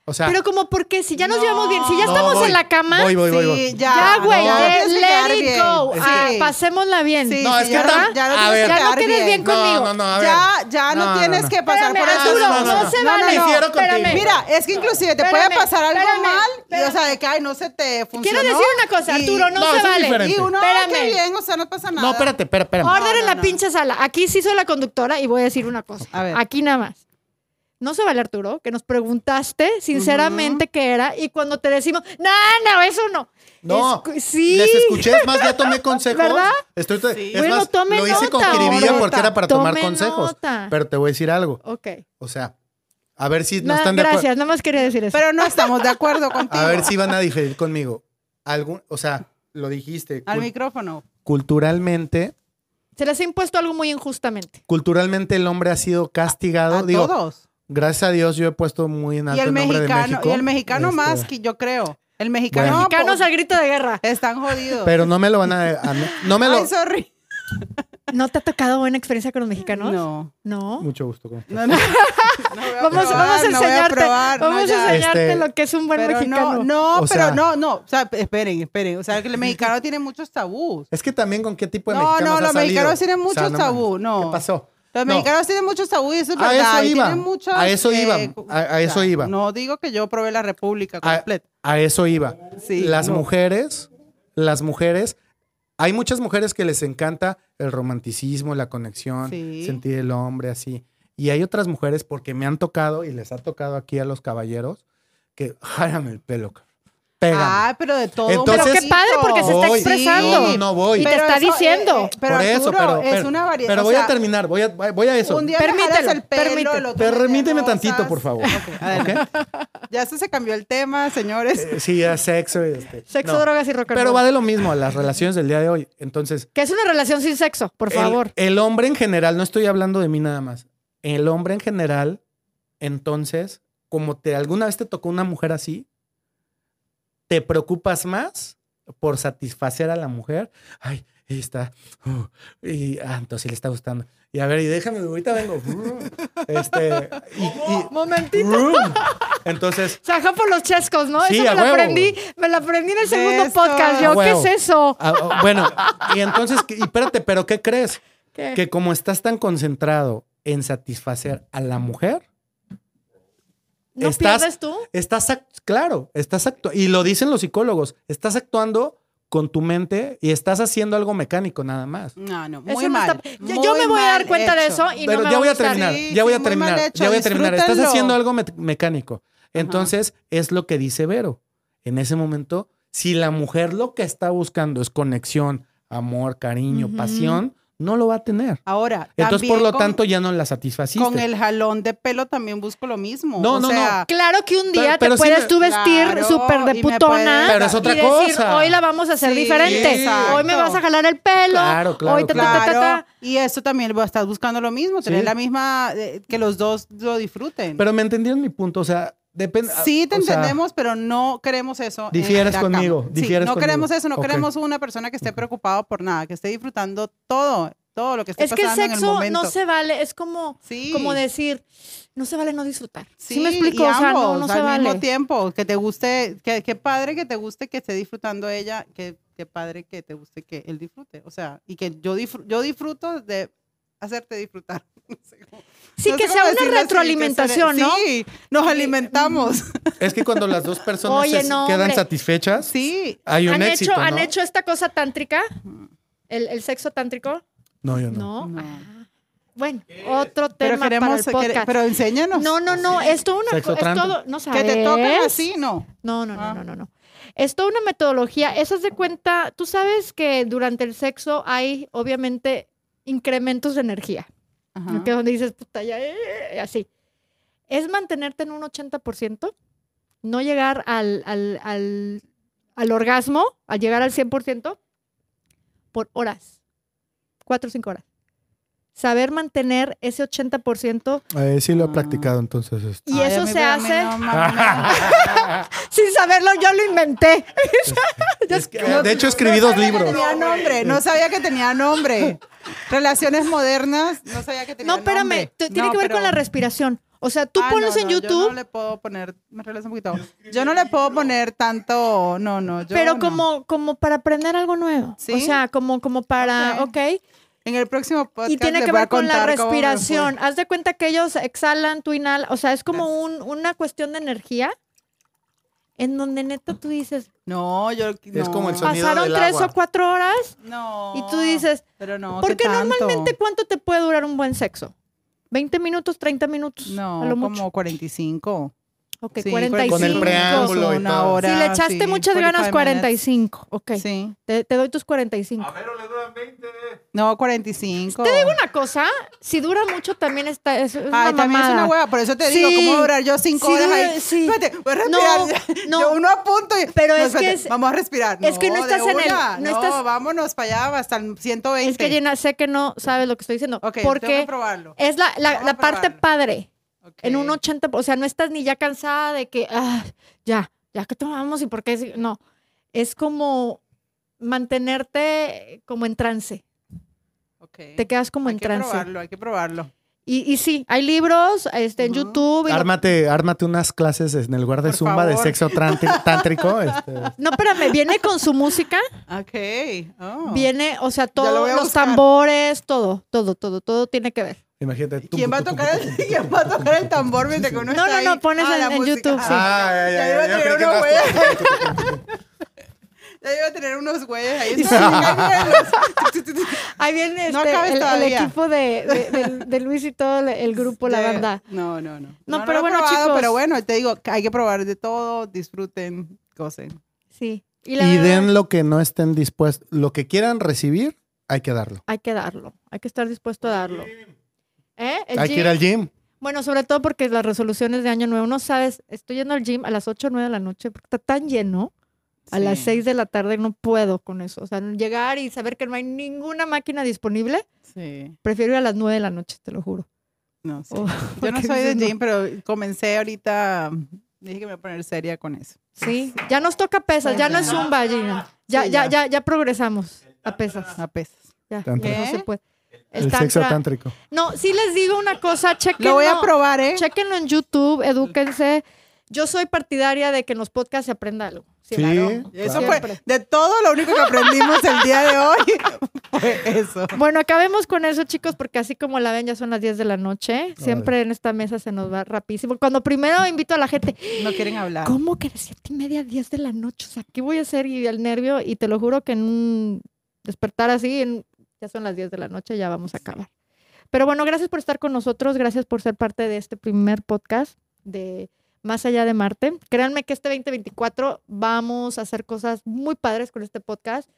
Speaker 3: O sea...
Speaker 2: Pero como porque si ya nos
Speaker 1: No.
Speaker 2: llevamos bien, si ya
Speaker 3: No,
Speaker 2: estamos
Speaker 3: voy,
Speaker 2: en la cama,
Speaker 3: voy, voy, voy,
Speaker 1: Sí,
Speaker 3: voy.
Speaker 2: ya, güey,
Speaker 1: no,
Speaker 2: eh,
Speaker 1: tienes que
Speaker 2: let
Speaker 1: quedar
Speaker 2: it
Speaker 1: bien.
Speaker 2: go.
Speaker 1: Es
Speaker 2: Ah,
Speaker 1: que-
Speaker 2: pasémosla bien.
Speaker 1: Sí,
Speaker 3: No,
Speaker 1: sí,
Speaker 3: es que
Speaker 1: ya,
Speaker 3: tam-
Speaker 1: ya
Speaker 3: a
Speaker 1: no tienes
Speaker 3: ver.
Speaker 1: que
Speaker 2: Ya no
Speaker 1: quedar
Speaker 2: quedes bien con-
Speaker 3: no,
Speaker 2: conmigo.
Speaker 3: no, no, a ver.
Speaker 1: Ya, ya no,
Speaker 3: No, no,
Speaker 1: tienes
Speaker 3: no.
Speaker 1: que pasar
Speaker 2: Espérame,
Speaker 1: por eso.
Speaker 2: Arturo,
Speaker 3: no, no, no.
Speaker 2: se
Speaker 1: No, no,
Speaker 2: vale.
Speaker 1: no.
Speaker 3: Difiero contigo.
Speaker 2: Espérame.
Speaker 1: Mira, es que inclusive te
Speaker 2: Espérame,
Speaker 1: puede pasar algo
Speaker 2: espérame,
Speaker 1: mal y, o sea,
Speaker 2: espérame.
Speaker 1: de que, ay, no se te funcionó.
Speaker 2: quiero decir una cosa,
Speaker 1: y-
Speaker 2: Arturo, no,
Speaker 3: No,
Speaker 2: se
Speaker 3: eso es
Speaker 2: vale.
Speaker 3: diferente.
Speaker 1: Y uno,
Speaker 2: Espérame.
Speaker 1: espérame. bien, o sea, no pasa nada.
Speaker 3: No, espérate, espérate, espérate.
Speaker 2: Orden
Speaker 1: No,
Speaker 2: en
Speaker 1: no,
Speaker 2: la
Speaker 1: no.
Speaker 2: pinche sala. Aquí sí soy la conductora y voy a decir una cosa.
Speaker 1: A ver.
Speaker 2: Aquí nada más. No se vale, Arturo, que nos preguntaste sinceramente qué era y cuando te decimos, no, no, eso no.
Speaker 3: No,
Speaker 2: Escu- sí.
Speaker 3: les escuché, es más, ya tomé consejos.
Speaker 2: ¿Verdad?
Speaker 3: Estoy,
Speaker 1: Sí.
Speaker 3: es
Speaker 2: Bueno,
Speaker 3: más,
Speaker 2: tomen
Speaker 3: lo hice con
Speaker 2: nota,
Speaker 3: jiribilla
Speaker 1: hombre.
Speaker 3: porque era para tomar
Speaker 2: Tomen
Speaker 3: consejos.
Speaker 2: nota.
Speaker 3: Pero te voy a decir algo.
Speaker 2: Ok.
Speaker 3: O sea, a ver si no
Speaker 2: Na-
Speaker 3: están de acuerdo.
Speaker 2: gracias, nada más quería decir eso.
Speaker 1: Pero no estamos de acuerdo contigo.
Speaker 3: A ver si van a diferir conmigo. Algún, o sea, lo dijiste.
Speaker 1: Al
Speaker 3: cul-
Speaker 1: micrófono.
Speaker 3: culturalmente,
Speaker 2: se les ha impuesto algo muy injustamente.
Speaker 3: culturalmente el hombre ha sido castigado.
Speaker 1: A
Speaker 3: Digo,
Speaker 1: todos.
Speaker 3: gracias a Dios yo he puesto muy en
Speaker 1: y
Speaker 3: alto
Speaker 1: el
Speaker 3: el nombre de
Speaker 1: mexicano,
Speaker 3: México.
Speaker 1: y el mexicano
Speaker 3: Este,
Speaker 1: más que yo creo. El mexicano
Speaker 3: Bueno.
Speaker 2: Mexicanos
Speaker 1: po-
Speaker 2: al grito de guerra.
Speaker 1: están jodidos.
Speaker 3: Pero no me lo van a... a mí- no me lo...
Speaker 1: Ay, sorry.
Speaker 2: ¿No te ha tocado buena experiencia con los mexicanos?
Speaker 1: No.
Speaker 2: No.
Speaker 3: Mucho gusto. ¿cómo estás?
Speaker 1: No, no. No voy a
Speaker 2: Vamos,
Speaker 1: probar,
Speaker 2: vamos a
Speaker 1: no voy
Speaker 2: enseñarte.
Speaker 1: probar, no,
Speaker 2: vamos
Speaker 1: ya.
Speaker 2: a enseñarte
Speaker 3: Este,
Speaker 2: lo que es un buen
Speaker 1: Pero
Speaker 2: mexicano.
Speaker 1: no, no,
Speaker 3: O sea-
Speaker 1: pero no, no. O sea, esperen, esperen. O sea, que el mexicano tiene muchos tabús.
Speaker 3: Es que también con qué tipo de
Speaker 1: No,
Speaker 3: mexicanos
Speaker 1: no,
Speaker 3: has
Speaker 1: los
Speaker 3: salido?
Speaker 1: mexicanos tienen
Speaker 3: O sea,
Speaker 1: mucho tabú,
Speaker 3: mames.
Speaker 1: no.
Speaker 3: ¿Qué pasó?
Speaker 1: Los
Speaker 3: No.
Speaker 1: mexicanos tienen muchos tabús y eso es
Speaker 3: A
Speaker 1: verdad.
Speaker 3: eso
Speaker 1: y
Speaker 3: iba,
Speaker 1: tienen muchos, eh,
Speaker 3: a eso iba,
Speaker 1: cu-
Speaker 3: a- a
Speaker 1: o sea,
Speaker 3: eso iba.
Speaker 1: No digo que yo probé la república
Speaker 3: A,
Speaker 1: completa.
Speaker 3: a eso iba.
Speaker 1: Sí,
Speaker 3: las
Speaker 1: no.
Speaker 3: mujeres, las mujeres, hay muchas mujeres que les encanta el romanticismo, la conexión,
Speaker 1: Sí.
Speaker 3: sentir el hombre así. Y hay otras mujeres, porque me han tocado y les ha tocado aquí a los caballeros, que járame el pelo, cabrón. Pégame.
Speaker 1: Ah, pero de todo. un
Speaker 3: Entonces- Pero qué
Speaker 2: padre, porque se está
Speaker 1: poquito.
Speaker 2: expresando.
Speaker 3: No, no voy.
Speaker 2: Y te
Speaker 1: Pero
Speaker 2: está
Speaker 1: eso, eh,
Speaker 2: diciendo.
Speaker 1: eh, pero
Speaker 3: Por eso,
Speaker 1: Arturo,
Speaker 3: pero,
Speaker 1: es
Speaker 3: pero-
Speaker 1: una variedad.
Speaker 3: pero
Speaker 1: o
Speaker 3: voy a
Speaker 1: sea,
Speaker 3: terminar, voy a, voy a eso.
Speaker 1: Un día
Speaker 2: Permítelo,
Speaker 1: le jalas el pelo,
Speaker 2: permítelo.
Speaker 1: el otro le
Speaker 3: Permíteme
Speaker 1: rosas.
Speaker 3: tantito, por favor.
Speaker 1: Ok, adelante.
Speaker 3: ¿ok?
Speaker 1: Ya se, se cambió el tema, señores.
Speaker 3: Eh, Sí, ya sexo. este,
Speaker 2: Sexo,
Speaker 3: no.
Speaker 2: drogas y rock and
Speaker 3: Pero
Speaker 2: roll.
Speaker 3: va de lo mismo a las relaciones del día de hoy. Entonces,
Speaker 2: Que es una relación sin sexo, por
Speaker 3: el-
Speaker 2: favor.
Speaker 3: El, hombre en general, no estoy hablando de mí nada más. El hombre en general, entonces, como te alguna vez te tocó una mujer así, te preocupas más por satisfacer a la mujer. Ay, ahí está. uh, y ah, entonces sí le está gustando. Y a ver, y déjame, ahorita vengo. uh, este, y- y-
Speaker 2: Momentito.
Speaker 3: uh, entonces,
Speaker 2: O sea, ajá por los chescos, ¿no?
Speaker 3: Sí,
Speaker 2: eso
Speaker 3: a
Speaker 2: me lo
Speaker 3: huevo.
Speaker 2: aprendí, me lo aprendí en el
Speaker 1: De
Speaker 2: segundo
Speaker 1: eso.
Speaker 2: podcast. Yo,
Speaker 3: A
Speaker 2: ¿qué
Speaker 3: huevo.
Speaker 2: es eso?
Speaker 3: ah, oh, bueno, y entonces, y espérate, pero ¿qué crees?
Speaker 2: ¿Qué?
Speaker 3: que como estás tan concentrado en satisfacer a la mujer,
Speaker 2: ¿No
Speaker 3: Estás-
Speaker 2: pierdes tú?
Speaker 3: Estás, act- claro, estás actuando, y lo dicen los psicólogos, estás actuando con tu mente y estás haciendo algo mecánico nada más.
Speaker 1: No, no, muy
Speaker 2: Eso no
Speaker 1: mal.
Speaker 2: está- Yo- Yo me voy a dar cuenta de eso y
Speaker 3: Pero
Speaker 2: no me
Speaker 3: ya
Speaker 2: va
Speaker 3: voy a
Speaker 2: gustar.
Speaker 3: terminar,
Speaker 1: Sí,
Speaker 3: ya voy
Speaker 1: sí,
Speaker 3: a
Speaker 1: muy
Speaker 3: terminar,
Speaker 1: mal hecho,
Speaker 3: ya voy a terminar. Estás
Speaker 1: disfrútenlo.
Speaker 3: haciendo algo me- mecánico. Entonces, es lo que dice Vero. En ese momento, si la mujer lo que está buscando es conexión, amor, cariño,
Speaker 2: Ujú.
Speaker 3: pasión, no lo va a tener.
Speaker 1: Ahora,
Speaker 3: Entonces,
Speaker 1: también
Speaker 3: por lo
Speaker 1: con-
Speaker 3: tanto, ya no la satisfaciste.
Speaker 1: con el jalón de pelo también busco lo mismo.
Speaker 3: No,
Speaker 1: o
Speaker 3: no, no.
Speaker 1: sea,
Speaker 2: Claro que un
Speaker 3: Pero-
Speaker 2: día
Speaker 3: pero
Speaker 2: te
Speaker 3: sí
Speaker 2: puedes
Speaker 3: me-
Speaker 2: tú vestir
Speaker 1: Claro,
Speaker 2: súper
Speaker 1: y
Speaker 2: de
Speaker 1: me
Speaker 2: putona.
Speaker 1: puedes-
Speaker 3: Pero es otra
Speaker 2: y decir,
Speaker 3: cosa.
Speaker 2: hoy la vamos a hacer
Speaker 1: Sí,
Speaker 2: diferente.
Speaker 1: exacto.
Speaker 2: Hoy me vas a jalar el pelo.
Speaker 3: Claro, claro,
Speaker 2: Hoy ta, ta, ta, ta,
Speaker 1: Claro,
Speaker 2: ta.
Speaker 1: y eso también va- estás buscando lo mismo, tener
Speaker 3: Sí.
Speaker 1: la misma, eh, que los dos lo disfruten.
Speaker 3: Pero me entendieron mi punto, o sea, depende.
Speaker 1: sí te
Speaker 3: ah, o sea,
Speaker 1: entendemos, pero no queremos eso. en
Speaker 3: Difieres
Speaker 1: la cama.
Speaker 3: conmigo,
Speaker 1: Sí,
Speaker 3: difieres
Speaker 1: no
Speaker 3: conmigo.
Speaker 1: queremos eso, no
Speaker 3: Ok.
Speaker 1: queremos una persona que esté
Speaker 3: Ok.
Speaker 1: preocupada por nada, que esté disfrutando todo, todo lo que esté
Speaker 2: Es que el
Speaker 1: pasando en el
Speaker 2: sexo
Speaker 1: momento.
Speaker 2: no se vale. Es como,
Speaker 1: Sí.
Speaker 2: como decir, no se vale no disfrutar. Sí,
Speaker 1: Sí,
Speaker 2: me explico.
Speaker 1: y
Speaker 2: o sea, no,
Speaker 1: ambos
Speaker 2: no
Speaker 1: al
Speaker 2: se vale.
Speaker 1: mismo tiempo, que te guste, que, que padre que te guste que esté disfrutando ella, que, que padre que te guste que él disfrute, o sea, y que yo, disfr- yo disfruto de hacerte disfrutar. No sé cómo-
Speaker 2: Sí,
Speaker 1: no sé
Speaker 2: que
Speaker 1: cómo
Speaker 2: sea una
Speaker 1: decirlo así, que se le-
Speaker 2: retroalimentación, ¿no?
Speaker 1: Sí, nos alimentamos,
Speaker 3: Es que cuando las dos personas
Speaker 2: Oye,
Speaker 3: se
Speaker 2: no,
Speaker 3: quedan
Speaker 2: hombre.
Speaker 3: satisfechas,
Speaker 1: sí.
Speaker 3: hay un
Speaker 2: ¿Han,
Speaker 3: éxito.
Speaker 2: hecho, ¿Han
Speaker 3: ¿no?
Speaker 2: hecho esta cosa tántrica? ¿El, el sexo tántrico?
Speaker 3: No, yo
Speaker 2: No.
Speaker 3: no.
Speaker 1: No.
Speaker 2: Ah. Bueno, otro
Speaker 1: Pero
Speaker 2: tema para el
Speaker 1: queremos, quere-
Speaker 2: podcast.
Speaker 1: pero enséñanos.
Speaker 2: No, no, no, es toda una cosa,
Speaker 3: Sexo
Speaker 2: es
Speaker 3: trampa.
Speaker 2: todo, no sabes.
Speaker 1: que te tocan así, no.
Speaker 2: No, no, no,
Speaker 1: Ah.
Speaker 2: no, no, no. Es toda una metodología, esas de cuenta, tú sabes que durante el sexo hay obviamente incrementos de energía,
Speaker 1: Ajá.
Speaker 2: ¿no? que donde dices, puta, ya, eh, eh", así. Es mantenerte en un 80%, no llegar al, al, al, al orgasmo, al llegar al 100%, por horas, cuatro o cinco horas. Saber mantener ese 80%
Speaker 3: Eh, sí lo he
Speaker 1: Ah.
Speaker 3: practicado, entonces. este. esto.
Speaker 2: y
Speaker 1: Ay,
Speaker 2: eso
Speaker 1: amigo,
Speaker 2: se
Speaker 1: a mí
Speaker 2: hace
Speaker 1: no, mami,
Speaker 2: sin saberlo, yo lo inventé.
Speaker 3: Es que, de hecho, escribí dos
Speaker 1: no.
Speaker 3: libros.
Speaker 1: Tenía nombre, no sabía que tenía nombre. Relaciones modernas, no sabía que tenía
Speaker 2: No, espérame,
Speaker 1: nombre.
Speaker 2: t- tiene
Speaker 1: No,
Speaker 2: que ver
Speaker 1: pero-
Speaker 2: con la respiración. O sea, tú
Speaker 1: Ah,
Speaker 2: pones
Speaker 1: no,
Speaker 2: en
Speaker 1: no, Yo no
Speaker 2: YouTube,
Speaker 1: le puedo poner, me relajo un poquito. Yo no le puedo poner tanto, no, no. Yo
Speaker 2: pero
Speaker 1: no.
Speaker 2: como, como para aprender algo nuevo. O
Speaker 1: ¿Sí?
Speaker 2: sea, como, como para, ok.
Speaker 1: Ok. En el próximo podcast.
Speaker 2: Y tiene
Speaker 1: les
Speaker 2: que
Speaker 1: voy a
Speaker 2: ver con la
Speaker 1: contar cómo me fue.
Speaker 2: respiración. Haz de cuenta que ellos exhalan, tú inhalas. O sea, es como un- una cuestión de energía en donde neta tú dices,
Speaker 1: No, yo. no. Ah,
Speaker 3: como el sonido.
Speaker 2: pasaron
Speaker 3: del
Speaker 2: tres
Speaker 3: agua.
Speaker 2: o cuatro horas
Speaker 1: No.
Speaker 2: y tú dices,
Speaker 1: Pero no.
Speaker 2: porque
Speaker 1: ¿qué tanto?
Speaker 2: normalmente cuánto te puede durar un buen sexo? ¿20 minutos, 30 minutos?
Speaker 1: No,
Speaker 2: a lo
Speaker 1: como
Speaker 2: mucho.
Speaker 1: 45.
Speaker 2: Ok,
Speaker 1: Sí,
Speaker 2: 45.
Speaker 3: Con el preámbulo y
Speaker 1: una
Speaker 3: todo.
Speaker 1: hora.
Speaker 2: si le echaste
Speaker 1: sí,
Speaker 2: muchas
Speaker 1: 45
Speaker 2: ganas,
Speaker 1: minutes.
Speaker 2: 45. Ok.
Speaker 1: Sí.
Speaker 2: Te, te doy tus
Speaker 4: A
Speaker 2: 45.
Speaker 4: ver, le duran 20.
Speaker 1: No, 45.
Speaker 2: Una cosa, si dura mucho también está. Es, es una
Speaker 1: Ay, también es una
Speaker 2: mamada.
Speaker 1: hueva. Por eso te
Speaker 2: Sí.
Speaker 1: digo, ¿cómo voy a durar yo cinco
Speaker 2: Sí,
Speaker 1: horas
Speaker 2: dura-
Speaker 1: ahí?
Speaker 2: sí.
Speaker 1: Espérate, voy a
Speaker 2: No,
Speaker 1: respirar.
Speaker 2: no.
Speaker 1: Yo uno apunto y...
Speaker 2: Pero
Speaker 1: No,
Speaker 2: es que
Speaker 1: espérate,
Speaker 2: es-
Speaker 1: Vamos a respirar.
Speaker 2: es que no
Speaker 1: de
Speaker 2: estás en el-
Speaker 1: una. No,
Speaker 2: no estás-
Speaker 1: vámonos para allá hasta el 120.
Speaker 2: Es que Llena, sé que no sabes lo que estoy diciendo.
Speaker 1: Ok, tengo que
Speaker 2: porque
Speaker 1: probarlo.
Speaker 2: es la, la-
Speaker 1: Vamos
Speaker 2: la
Speaker 1: a
Speaker 2: parte
Speaker 1: probarlo.
Speaker 2: padre.
Speaker 1: Ok.
Speaker 2: En un 80, o sea, no estás ni ya cansada de que, ah, ya, ya que tomamos y por qué. si- No. Es como mantenerte como en trance.
Speaker 1: Ok.
Speaker 2: Te quedas como
Speaker 1: Hay
Speaker 2: en
Speaker 1: que
Speaker 2: trance.
Speaker 1: probarlo, hay que probarlo.
Speaker 2: Y, y sí, hay libros este, en
Speaker 1: Ujú.
Speaker 2: YouTube. y-
Speaker 3: Ármate, ármate unas clases en el lugar de
Speaker 1: Por
Speaker 3: Zumba de
Speaker 1: favor.
Speaker 3: sexo tránti- tántrico. este.
Speaker 2: No, espérame, viene con su música.
Speaker 1: Ok. oh.
Speaker 2: Viene, o sea,
Speaker 1: lo
Speaker 2: todos
Speaker 1: voy a
Speaker 2: los
Speaker 1: buscar.
Speaker 2: tambores, todo, todo, todo, todo tiene que ver.
Speaker 3: Imagínate.
Speaker 1: ¿Quién va a tocar el, ¿quién va a tocar el tambor mientras que uno
Speaker 2: No,
Speaker 1: está
Speaker 2: no, no,
Speaker 1: ahí?
Speaker 2: pones en-
Speaker 1: la
Speaker 2: en
Speaker 1: música.
Speaker 2: YouTube, sí.
Speaker 1: Ah,
Speaker 3: Ah,
Speaker 1: ya, ya, ya,
Speaker 3: creí que
Speaker 1: no,
Speaker 3: estabas-
Speaker 1: ya iba a tener unos güeyes ahí. Ay,
Speaker 2: Ahí viene
Speaker 1: No
Speaker 2: este,
Speaker 1: acabes
Speaker 2: el- el,
Speaker 1: todavía.
Speaker 2: equipo de, de- del- de Luis y todo el, el grupo, la
Speaker 1: De-
Speaker 2: banda.
Speaker 1: No, no, no.
Speaker 2: No,
Speaker 1: lo
Speaker 2: pero
Speaker 1: he
Speaker 2: bueno,
Speaker 1: probado,
Speaker 2: chicos.
Speaker 1: Pero bueno, te digo, hay que probar de todo, disfruten, gocen.
Speaker 2: Sí. Y, la
Speaker 3: Y
Speaker 2: verdad,
Speaker 3: den lo que no estén dispuestos. Lo que quieran recibir, hay que darlo.
Speaker 2: hay que darlo, hay que estar dispuesto a darlo. ¿Eh? El
Speaker 3: Hay
Speaker 2: gym.
Speaker 3: que ir al gym.
Speaker 2: Bueno, sobre todo porque las resoluciones de año nuevo, no sabes, estoy yendo al gym a las 8 o 9 de la noche porque está tan lleno. A las
Speaker 1: Sí,
Speaker 2: 6 de la tarde no puedo con eso. O sea, llegar y saber que no hay ninguna máquina disponible,
Speaker 1: Sí,
Speaker 2: prefiero ir a las 9 de la noche, te lo juro.
Speaker 1: no sé. Yo
Speaker 2: Oh,
Speaker 1: no
Speaker 2: porque
Speaker 1: soy de
Speaker 2: dices, no.
Speaker 1: gym, pero comencé ahorita, dije que me voy a poner seria con eso.
Speaker 2: Sí, ya nos toca pesas, ya no es zumba, Gina. Ya,
Speaker 1: Ah, Sí,
Speaker 2: ya,
Speaker 1: ya.
Speaker 2: ya, ya progresamos a pesas.
Speaker 1: A pesas.
Speaker 2: Ya,
Speaker 3: Tantra.
Speaker 2: ya no se
Speaker 1: ¿Qué?
Speaker 2: puede.
Speaker 3: El,
Speaker 2: El
Speaker 3: sexo
Speaker 2: tantra.
Speaker 3: tántrico.
Speaker 2: No, sí les digo una cosa, chequenlo,
Speaker 1: Lo voy a probar, ¿eh?
Speaker 2: chequenlo en YouTube, edúquense. Yo soy partidaria de que en los podcasts se aprenda algo. Sí.
Speaker 1: Claro. Eso
Speaker 3: claro.
Speaker 1: fue, de todo lo único que aprendimos el día de hoy fue eso.
Speaker 2: Bueno, acabemos con eso, chicos, porque así como la ven, ya son las 10 de la noche. Siempre en esta mesa se nos va rapidísimo. Cuando primero invito a la gente,
Speaker 1: No quieren
Speaker 3: Ah.
Speaker 1: hablar.
Speaker 2: ¿cómo que de 7 y media, 10 de la noche? O sea, ¿qué voy a hacer? Y el nervio, y te lo juro que en un despertar así, en- ya son las 10 de la noche, ya vamos a acabar. Pero bueno, gracias por estar con nosotros, gracias por ser parte de este primer podcast de Más allá de Marte. Créanme que este 2024 vamos a hacer cosas muy padres con este podcast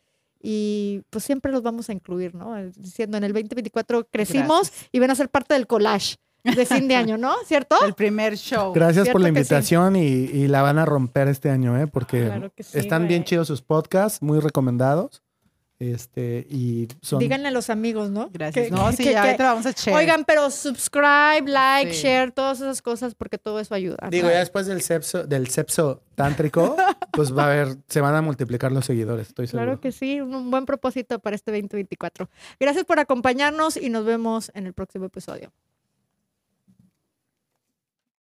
Speaker 2: y pues siempre los vamos a incluir, ¿no? El- Diciendo, en el 2024 crecimos y van a ser parte del collage de fin de año, ¿no? ¿Cierto?
Speaker 1: El primer show.
Speaker 3: Gracias
Speaker 2: Cierto
Speaker 3: por la
Speaker 2: que sí.
Speaker 3: invitación y, y la van a romper este año, ¿eh? Porque
Speaker 2: Claro que sí,
Speaker 3: están bien
Speaker 2: güey.
Speaker 3: chidos sus podcasts, muy recomendados. Este, y son.
Speaker 2: Díganle a los amigos, ¿no?
Speaker 1: Gracias.
Speaker 2: Que-
Speaker 1: no,
Speaker 2: que-
Speaker 1: sí,
Speaker 2: que-
Speaker 1: ya
Speaker 2: que-
Speaker 1: ahorita la vamos a echar.
Speaker 2: Oigan, pero subscribe, like,
Speaker 1: Sí.
Speaker 2: share, todas esas cosas, porque todo eso ayuda.
Speaker 3: Digo, ya después del sepso, del sepso tántrico, pues va a haber, se van a multiplicar los seguidores, estoy seguro.
Speaker 2: Claro que sí, un buen propósito para este 2024. Gracias por acompañarnos y nos vemos en el próximo episodio.